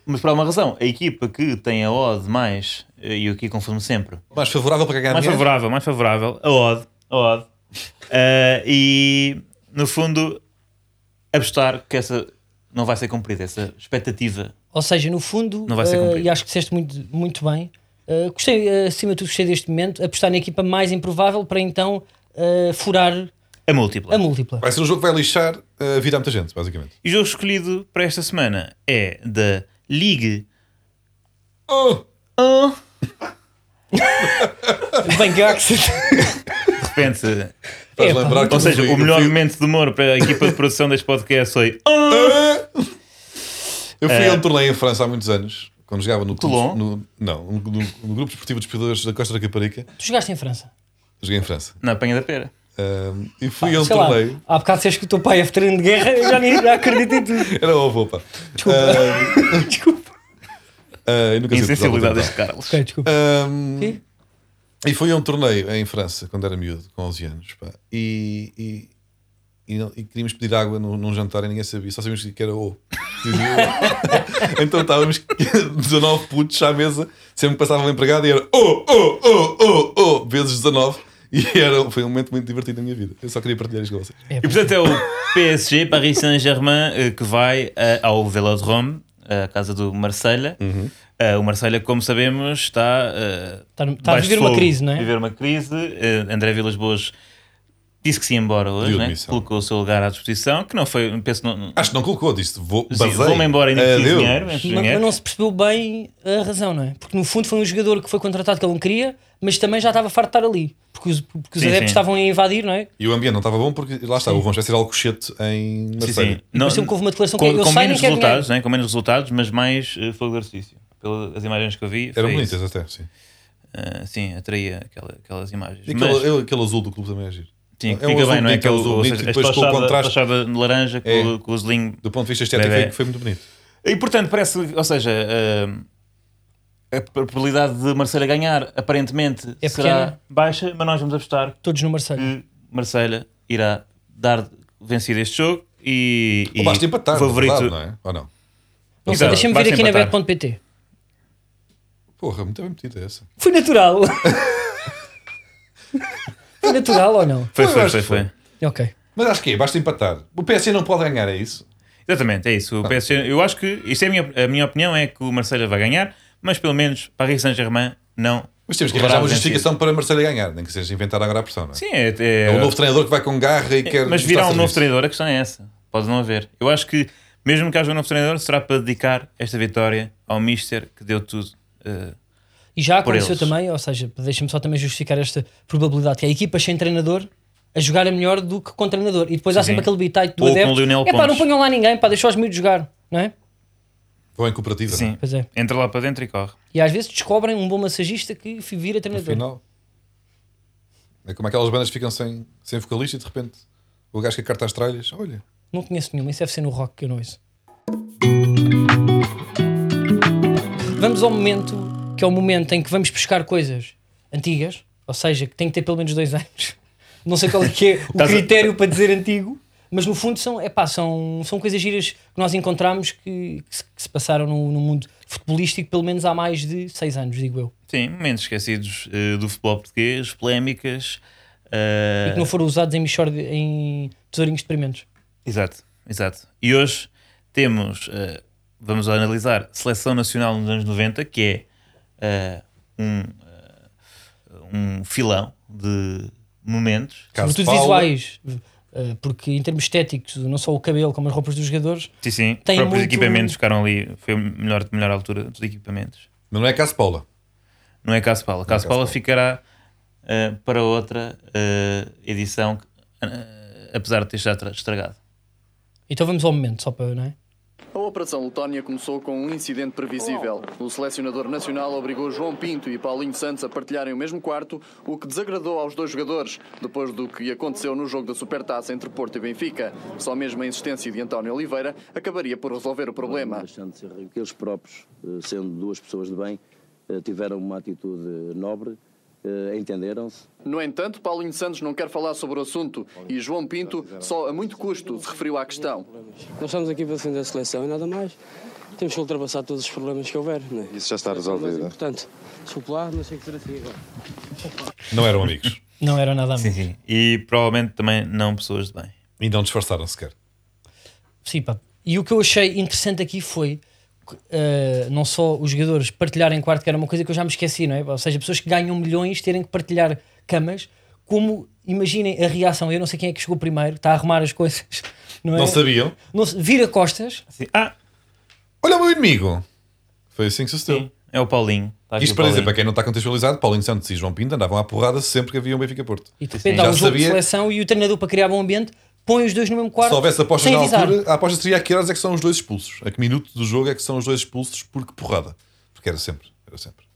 C: mas por alguma razão, a equipa que tem a odd mais, eh, e eu aqui confundo sempre,
A: Mais favorável para ganhar
C: mais
A: dinheiro?
C: favorável, mais favorável, a odd, a odd, eh, e no fundo, apostar que essa não vai ser cumprida, essa expectativa.
B: Ou seja, no fundo,
C: Não vai ser
B: eh,
C: cumprido.
B: e acho que disseste muito, muito bem, eh, gostei, eh, acima de tudo, gostei deste momento, apostar na equipa mais improvável para então eh, furar
C: A é múltipla.
B: a múltipla.
A: Vai ser um jogo que vai lixar eh, a vida a muita gente, basicamente.
C: E o jogo escolhido para esta semana é da Ligue
A: Oh!
B: Bem, Gax,
C: De repente,
A: Faz
B: Epá.
A: lembrar que
C: ou seja,
A: eu fui-
C: o melhor
A: eu fui-
C: momento de humor para a equipa de produção deste podcast foi. "Oh!"
A: Eu
B: É.
A: fui a um torneio em França há muitos anos, quando jogava no, clube-
C: Toulon?
A: no- não, no, no- no grupo desportivo dos pescadores da Costa da Caparica,
B: tu jogaste em França.
A: joguei em França.
C: Na apanha da pera.
A: Ahm, e fui a um
B: Ah, Sei lá,
A: torneio.
B: há bocado disseste que o teu pai é veterano de guerra, eu já nem já acredito em tudo.
A: Era o avô, pá.
B: Desculpa. desculpa.
A: Ah, e nunca sei o que estava
C: Insensibilidade deste Carlos.
B: Ok, desculpa.
A: a contar. Ahm,
B: Sim.
A: e fui a um torneio em França, quando era miúdo, com 11 anos, pá. E, e- e não- e queríamos pedir água num, num jantar e ninguém sabia, só sabíamos que era o. então estávamos 19 putos à mesa, sempre passava o empregado e era oh, oh, oh, oh, oh, vezes 19. E era, foi um momento muito divertido na minha vida. Eu só queria partilhar isto com vocês.
C: E portanto é o PSG Paris Saint-Germain eh, que vai eh, ao Velodrome, a casa do Marselha.
A: Uhum.
C: Eh, o Marselha, como sabemos, está. eh,
B: Está, está Tá, a
C: baixo
B: viver
C: de
B: uma
C: fogo.
B: crise, não é?
C: Viver uma crise. Eh, André Vilas Boas disse que se ia embora hoje,
A: Pediu
C: né?
A: demissão. Ah,
C: colocou o seu lugar à disposição, que não foi, penso, não,
A: Acho que não colocou, disse, vou, É,
C: Sim,
A: basei.
C: vou-me embora ainda preciso de
A: Adeus.
C: dinheiro, mas-
B: Mas, mas não se percebeu bem a razão, não é? Porque no fundo foi um jogador que foi contratado que ele não queria, mas também já estava farto de estar ali. Porque os, porque os
C: Sim,
B: adeptos
C: sim.
B: estavam a invadir, não é?
A: E o ambiente não estava bom porque lá está, o Roncho vai ser Alcochete em
C: Sim,
A: Marselha.
C: sim. Não-
B: sempre que houve uma declaração
C: com,
B: que é, eu
C: com
B: saio,
C: menos
B: não quero
C: resultados, né? com menos resultados, mas mais eh, fogo de artifício. Pelas imagens que eu vi,
A: Eram
C: foi
A: bonitas
C: isso.
A: até, sim.
C: Ah, sim, atraía aquela- aquelas imagens.
A: E
C: Mas,
A: aquele, eu- aquele azul do clube também é giro.
C: sim,
A: é
C: fica
A: um azul
C: bem, não
A: bonito,
C: é?
A: é um
C: Aquele,
A: azul
C: ou
A: bonito
C: seja,
A: e
C: a
A: depois com o
C: espachada-
A: contraste.
C: espachada de laranja com,
A: É.
C: o- com o azulinho.
A: Do ponto de vista estético
C: Bebé.
A: foi, foi muito bonito.
C: E portanto, parece, ou seja, ah, a probabilidade de Marselha ganhar aparentemente
B: É
C: será
B: pequena.
C: baixa, mas nós vamos apostar
B: Todos no Marseille.
C: que Marselha irá dar vencido este jogo e, e
A: Ou basta empatar,
C: o
A: favorito.
C: favorito.
A: não é? Ou não?
B: Não sei,
C: Exato,
B: Então, deixa-me
C: basta
B: ver aqui na
C: empatar.
B: bet.pt.
A: Porra, muito bem metida essa.
B: Foi natural. foi natural ou não?
C: Foi,
A: Eu
C: foi,
A: acho
C: foi,
A: que
C: foi.
A: foi.
B: Ok.
A: Mas acho que é, basta empatar. O PSG não pode ganhar, é isso?
C: Exatamente, é isso. O PSG, eu acho que, isto é a minha, a minha opinião, é que o Marselha vai ganhar, mas pelo menos Paris Saint-Germain não.
A: Mas temos que
C: levará
A: arranjar uma
C: a vencer.
A: justificação para a Marselha ganhar, nem que seja inventar agora a pressão, não é?
C: Sim, é.
A: É um
C: é-
A: novo treinador que vai com garra e quer.
C: mas
A: mostrar
C: virá um novo
A: serviço.
C: treinador, a questão é essa. Pode não haver. Eu acho que, mesmo que haja um novo treinador, será para dedicar esta vitória ao Mister que deu tudo. eh,
B: E já
C: Por
B: aconteceu
C: eles.
B: também, ou seja, deixa-me só também justificar esta probabilidade, que há equipas sem treinador a jogar é melhor do que com treinador. E depois há
C: Sim,
B: sempre
C: sim.
B: aquele bitite do
C: Ou com
B: adepto.
C: o Lionel
B: É pá, não
C: Pontes.
B: ponham lá ninguém, pá, deixa os miúdos jogar, não é?
A: Ou em cooperativa.
C: sim,
B: Pois é.
C: entra lá para dentro e corre.
B: E às vezes descobrem um bom massagista que fi- vira
A: No
B: treinador.
A: final. É como aquelas bandas que ficam sem, sem vocalista e de repente o gajo que carta as tralhas. Olha,
B: Não conheço nenhuma, isso deve ser no rock que eu não ouço. Vamos ao momento que é o momento em que vamos pescar coisas antigas, ou seja, que tem que ter pelo menos dois anos. Não sei qual é que é o
C: Estás a-
B: critério para dizer antigo, mas no fundo são, epá, são, são coisas giras que nós encontramos que, que se, que se passaram no, no mundo futebolístico pelo menos há mais de seis anos, digo eu.
C: Sim, momentos esquecidos eh, do futebol português, polémicas. eh,
B: E que não foram usados em, mixórdia- em tesourinhos de experimentos.
C: Exato, exato. E hoje temos, eh, vamos analisar seleção nacional nos anos 90, que é eh, um, eh, um filão de momentos.
A: Caso
B: Sobretudo
A: Paulo-
B: visuais, eh, porque em termos estéticos, não só o cabelo como as roupas dos jogadores,
C: Sim, sim.
B: Tem
C: próprios
B: muito-
C: equipamentos ficaram ali, foi a melhor, melhor altura dos equipamentos.
A: Mas não é caso Paula.
C: não é Caso Paula. Caso Paula ficará eh, para outra eh, edição, eh, apesar de ter já tra- estragado.
B: Então vamos ao momento, só para, não é?
D: A Operação Letónia começou com um incidente previsível. O selecionador nacional obrigou João Pinto e Paulinho Santos a partilharem o mesmo quarto, o que desagradou aos dois jogadores, depois do que aconteceu no jogo da Supertaça entre Porto e Benfica. Só mesmo a insistência de António Oliveira acabaria por resolver o problema.
E: Alexandre Serralho, que eles próprios, eh, sendo duas pessoas de bem, eh, tiveram uma atitude nobre, eh, entenderam-se.
D: No entanto, Paulinho Santos não quer falar sobre o assunto e João Pinto só a muito custo se referiu à questão.
F: Nós estamos aqui para defender a seleção e nada mais. Temos que ultrapassar todos os problemas que houver. Né?
G: Isso já está
F: Mas,
G: resolvido.
F: portanto, desculpe lá, mas tem que ser assim agora.
A: Não eram amigos.
B: Não era nada a
C: Sim,
B: menos.
C: sim. E provavelmente também não pessoas de bem.
A: e não disfarçaram sequer.
B: Sim, pá. E o que eu achei interessante aqui foi eh, não só os jogadores partilharem quarto, que era uma coisa que eu já me esqueci, não é? Ou seja, pessoas que ganham milhões terem que partilhar camas, como imaginem a reação. Eu não sei quem é que chegou primeiro, está a arrumar as coisas, não é?
A: Não sabiam.
B: Não se- vira costas,
C: Assim, ah,
A: Olha o meu inimigo. Foi assim que sucedeu.
C: sim, é o Paulinho. Está aqui
A: Isto
C: o
A: para dizer, para
C: Paulinho.
A: quem não está contextualizado, Paulinho Santos e João Pinto andavam à porrada sempre que havia um Benfica Porto.
B: e de repente há
A: Já
B: um jogo de
A: sabia.
B: seleção e o treinador para criar bom ambiente põe os dois no mesmo quarto.
A: Se houvesse apostas
B: sem
A: na
B: avisar.
A: altura, a aposta seria a que horas é que são os dois expulsos. A que minuto do jogo é que são os dois expulsos, porque porrada. Porque era sempre. Era sempre.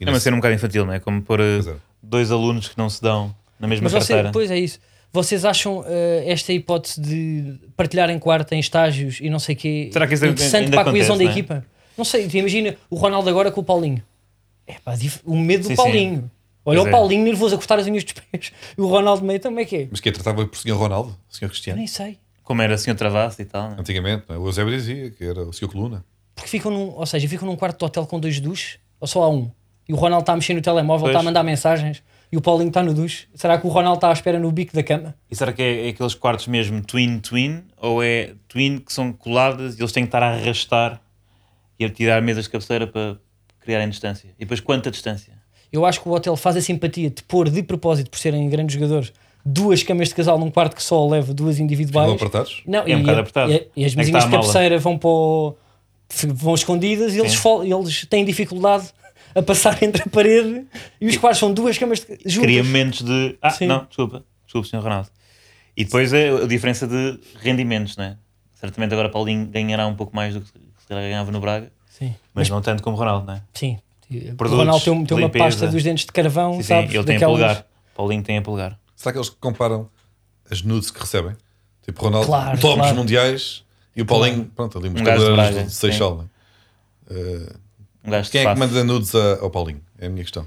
A: E
C: É uma
A: nesse-
C: cena um bocado infantil, não é? Como pôr eh,
A: Pois é.
C: dois alunos que não se dão na mesma
B: Mas você,
C: carteira.
B: pois é isso. Vocês acham eh, esta hipótese de partilharem quarto em estágios e não sei quê
C: Será que isso ainda-
B: interessante
C: ainda
B: para a coesão
C: acontece,
B: da
C: não é?
B: equipa? Não sei, tu imagina o Ronaldo agora com o Paulinho. É pá, dif- o medo do
C: Sim, sim.
B: Paulinho. Olha
C: Pois
B: o
C: é.
B: Paulinho nervoso a cortar as unhas dos pés e o Ronaldo meio, então como é que é?
A: Mas que tratava por senhor Ronaldo, senhor
B: Eu
A: Cristiano.
B: nem sei.
C: Como era assim o Travasso e tal. Né?
A: Antigamente, não é? o Eusébio dizia que era o senhor Coluna.
B: Porque ficam num, ou seja, ficam num quarto de hotel com dois duches ou só há um. E o Ronaldo está a mexer no telemóvel,
C: Pois.
B: está a mandar mensagens e o Paulinho está no duche. Será que o Ronaldo está à espera no bico da cama?
C: E será que é, é aqueles quartos mesmo twin-twin? Ou é twin que são coladas e eles têm que estar a arrastar e a tirar mesas de cabeceira para criarem distância? E depois quanta distância?
B: Eu acho que o hotel faz a simpatia de pôr de propósito, por serem grandes jogadores, duas camas de casal num quarto que só leva duas
A: Ficam
B: individuais.
A: apertados.
B: Não,
C: É um bocado apertado.
B: E, e
C: É
B: as
C: que
B: mesinhas
C: está a
B: de
C: mala.
B: cabeceira vão para o- vão escondidas e eles,
C: Sim.
B: fol- eles têm dificuldade a passar entre a parede e os quartos são duas camas de juntas.
C: Cria momentos de. Ah,
B: Sim.
C: não, desculpa, desculpa, senhor Ronaldo. E depois é a diferença de rendimentos, não é? Certamente agora Paulinho ganhará um pouco mais do que se calhar ganhava no Braga,
B: Sim,
C: mas não tanto como Ronaldo, não é?
B: sim.
C: Produtos,
B: o Ronaldo tem, um- tem uma
C: limpeza.
B: pasta dos dentes de carvão,
C: Sim, sim,
B: sabes?
C: ele tem a
B: daquelas-
C: polegar. Paulinho tem a polegar.
A: Será que eles comparam as nudes que recebem? Tipo, Ronaldo,
B: Claro,
A: topos
B: claro.
A: mundiais e o Paulinho, pronto, ali umas
C: Um gajo de
A: cadeiras
C: Braga,
A: de Seixal. não é?
C: Um gajo de
A: Quem é que
C: face.
A: manda nudes a- ao Paulinho? É a minha questão.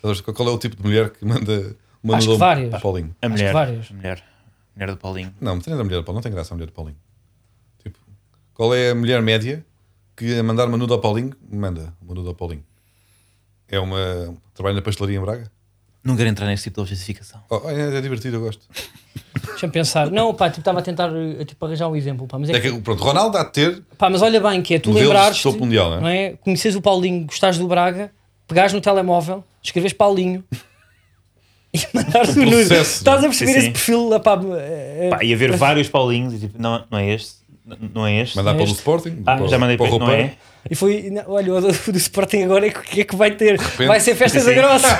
A: Sabes, Qual é o tipo de mulher que manda uma
B: Acho
A: nude
B: que várias.
A: ao Paulinho?
C: A mulher.
B: vários.
C: A mulher. A mulher do Paulinho.
A: Não, mas tem a mulher do Paulinho, não tem graça a mulher do Paulinho. Tipo, qual é a mulher média que a mandar uma nude ao Paulinho? Manda uma nude ao Paulinho. É uma. Trabalha na pastelaria em Braga?
C: Não quero entrar nesse tipo de objetificação.
A: Oh, é, é divertido, eu gosto.
B: Deixa-me pensar. Não, pá, tipo, estava a tentar eh, tipo, arranjar um exemplo, pá, mas é
A: É
B: que-
A: que, pronto, Ronaldo há de ter
B: Pá, mas olha bem que é tu
A: Modelos de
B: lembrares
A: topo mundial, não é?
B: não é? Conheces o Paulinho, gostares do Braga, pegares no telemóvel, escreves Paulinho e mandares o nude.
A: Processo.
B: Estás a perceber
C: Sim,
B: esse
C: sim.
B: perfil? ah, Pá, eh, eh,
C: Pá, ia haver vários Paulinhos e tipo, não, não é este, n- não é este.
A: mandar
B: Este-
A: para o Sporting.
C: Ah,
A: para, o-
C: já mandei
A: para
C: para
A: o
C: este, não
A: Roupeiro.
C: é?
B: E foi, não, olha, o do, do Sporting agora é que- que é que vai ter?
A: repente.
B: Vai ser festa da
C: Sim.
B: grossa.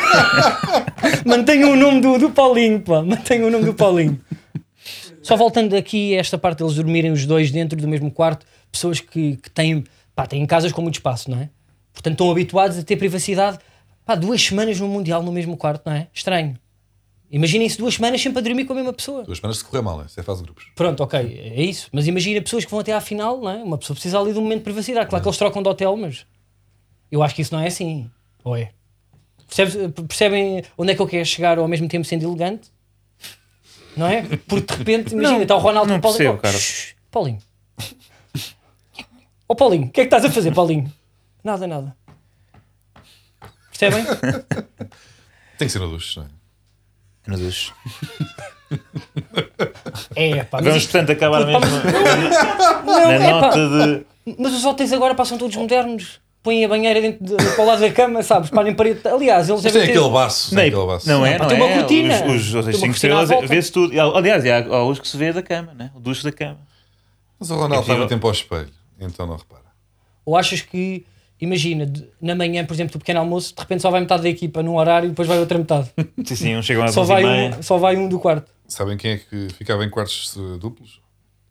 B: Mantenham o nome do, do Paulinho, pá. Mantenham o nome do Paulinho. Só voltando aqui a esta parte deles dormirem os dois dentro do mesmo quarto, pessoas que, que têm, pá, têm casas com muito espaço, não é? Portanto, estão habituados a ter privacidade. Pá, duas semanas no Mundial no mesmo quarto, não é? Estranho. Imaginem-se duas semanas sempre a dormir com a mesma pessoa.
A: Duas semanas se correr mal, é? Isso é fase de grupos.
B: Pronto, ok, é isso. Mas imagina pessoas que vão até à final, não é? Uma pessoa precisa ali de um momento de privacidade. Claro que eles trocam de hotel, mas eu acho que isso não é assim. Ou é? Percebes- percebem onde é que eu quero chegar ao mesmo tempo sendo elegante? Não é? Porque de repente, imagina,
C: Não,
B: está o Ronaldo
C: não
B: com o Paulinho.
C: percebo, cara.
B: shh, Paulinho. Ó Paulinho, o que é que estás a fazer, Paulinho? Nada, nada. Percebem?
A: Tem que ser na duche, não é?
C: Meu Deus.
B: É, pá, mas,
C: Vamos,
B: isto-
C: portanto, acabar mesmo
B: não,
C: na
B: é, pá.
C: nota de.
B: Mas os hotéis agora passam todos modernos. Põem a banheira dentro de, para o lado da cama, sabes? Parem parede. Aliás, eles
A: Mas
B: devem
A: tem
B: ter-
A: aquele baço. Tem aquele
C: Não,
A: baço.
C: não é?
B: Pá,
C: Não
B: tem
C: é.
B: uma cortina.
C: Os, os,
B: Tem
C: os
B: uma
C: 5
B: cortina à
C: estrelas,
B: volta.
C: vê-se tudo. E há- Aliás, há há alguns que se vê da cama, né? O duche da cama.
A: Mas o Ronaldo
C: Enfim,
A: estava
C: eu-
A: tempo ao espelho, então não repara.
B: Ou achas que imagina, de- na manhã, por exemplo, do pequeno almoço, de repente só vai metade da equipa num horário e depois vai outra metade.
C: Sim, sim, um chegam às
B: só,
C: 11
B: vai
C: e meia.
B: um, só vai um do quarto.
A: Sabem quem é que ficava em quartos eh, duplos?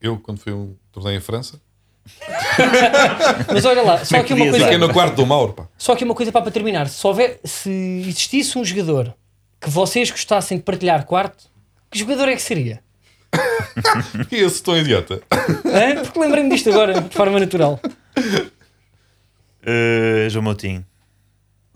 A: Eu, quando fui um torneio em França.
B: Mas olha lá, só aqui uma
A: Fiquei
C: podias,
B: coisa,
C: olha?
A: no quarto do Mauro, pá.
B: só aqui uma coisa para, para terminar. Se, houver, se existisse um jogador que vocês gostassem de partilhar quarto, que jogador é que seria?
A: E esse tão idiota.
B: Hã? Porque lembrei-me disto agora, de forma natural.
C: Eh, João Moutinho.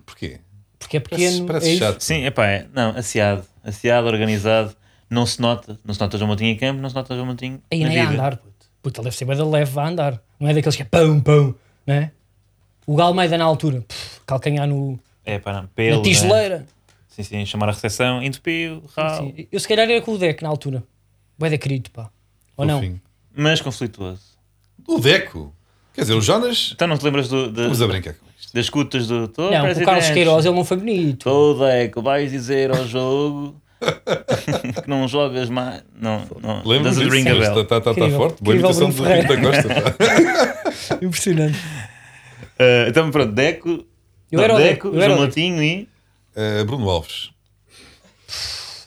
A: Porquê?
B: Porque é
A: Parece,
B: pequeno.
A: parece
B: é isso.
A: chato.
C: Sim, epá, é não, aciado. Aciado, organizado. Não se nota. Não se nota João Moutinho em campo, não se nota João Moutinho
B: Aí
C: na
B: nem é a
C: vida.
B: andar, puto. Puto, ele deve ser bué da leve a andar. Não é daqueles que é pão, pão, não é? O Galmeida na altura, puf, calcanhar no,
C: É, pá, não. Pelo,
B: na
C: né?
B: tijoleira.
C: Sim, sim, chamar a recepção, entupiu, ralo.
B: Assim, eu se calhar era com o Deck na altura. Bué da querido, pá. Ou não?
A: Fofinho.
C: Mas conflituoso.
A: O Deco. Quer dizer, o Jonas.
C: Então não te lembras do, de-
A: Vamos a brincar com isto.
C: das cutas do... Tô
B: Não, com o Carlos Queiroz ele não foi bonito.
C: Todo é que vais dizer ao jogo que não jogas mais. Não, não.
A: Lembra-me
C: Doesn't ring a
A: disso?
C: bell.
A: Está tá, tá
B: Incrível.
A: forte. Boa
B: Incrível
A: imitação do Rui
B: Bruno
A: da Costa. tá? pá.
B: Impressionante.
C: Eh, então pronto, Deco.
B: Eu
C: não,
B: era o
C: Deco,
B: Deco, eu era
C: João
B: o Deco.
C: Moutinho e.
A: Eh, Bruno Alves.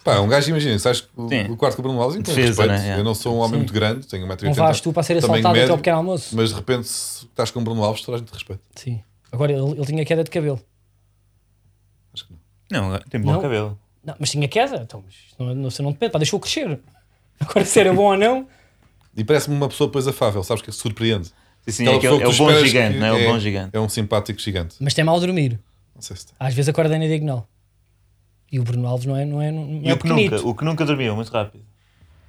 A: Pá, um gajo, imagina, sabes que o,
C: Sim.
A: o quarto com o Bruno Alves, então,
C: Defesa,
A: respeito,
C: né? É.
A: eu não sou um homem muito grande, tenho 1,80m.
B: Não vais tu para ser assaltado então, é até ao pequeno almoço.
A: Mas de repente, se estás com o Bruno Alves, toda a gente te respeita.
B: Sim. Agora ele, ele tinha queda de cabelo.
A: Acho que não.
C: Não, eh, tem bom
B: Não.
C: cabelo.
B: Não, mas tinha queda? Então, mas isso não, não, isso não depende, pá, deixou crescer. Agora se era bom ou não,
A: E parece-me uma pessoa depois afável, sabes que surpreende.
C: Sim, sim,
A: Aquela
C: é, aquele-
A: pessoa
C: é o
A: que tu
C: bom
A: esperas
C: gigante,
A: que
C: não é? O bom gigante.
A: É um simpático gigante.
B: mas tem mal dormir.
A: Não sei se tem.
B: Às vezes acorda na diagonal. E o Bruno Alves não é, não é, não
C: E
B: é
C: o que
B: pequenito.
C: nunca, o que nunca dormiu, muito rápido.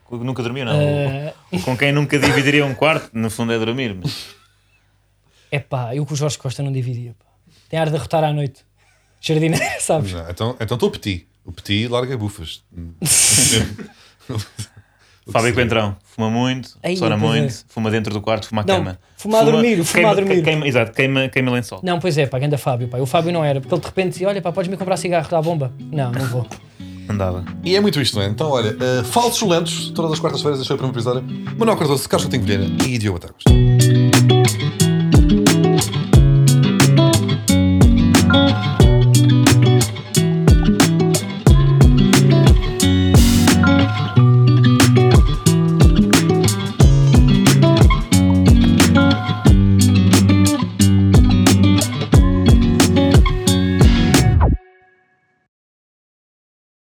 C: O que nunca dormiu, não.
B: Eh,
C: O- Com quem nunca dividiria um quarto, no fundo é dormir. Mas...
B: É pá, eu com o Jorge Costa não dividia. Pá. Tem ar de arrotar à noite. Jardineira, sabes?
A: Não, então então estou petit. O petit larga bufas.
C: Fábio Coentrão, fuma muito,
B: Ai,
C: chora
B: pois é.
C: muito, fuma dentro do quarto, fuma à
B: Não,
C: cama.
B: fuma a dormir, fuma
C: queima,
B: a dormir.
C: Queima, exato, queima, queima lençol.
B: Não, pois é, pá, ganda Fábio, pá. O Fábio não era, porque ele de repente dizia: Olha, pá, podes-me comprar cigarro da bomba? Não, não vou.
C: Andava.
A: E é muito isto, não é? Então, olha, eh, falsos lentos, todas as quartas-feiras, deixei o primeiro episódio. Manuel Cardoso, Carlos Coutinho Vilhena e Diogo Batagos.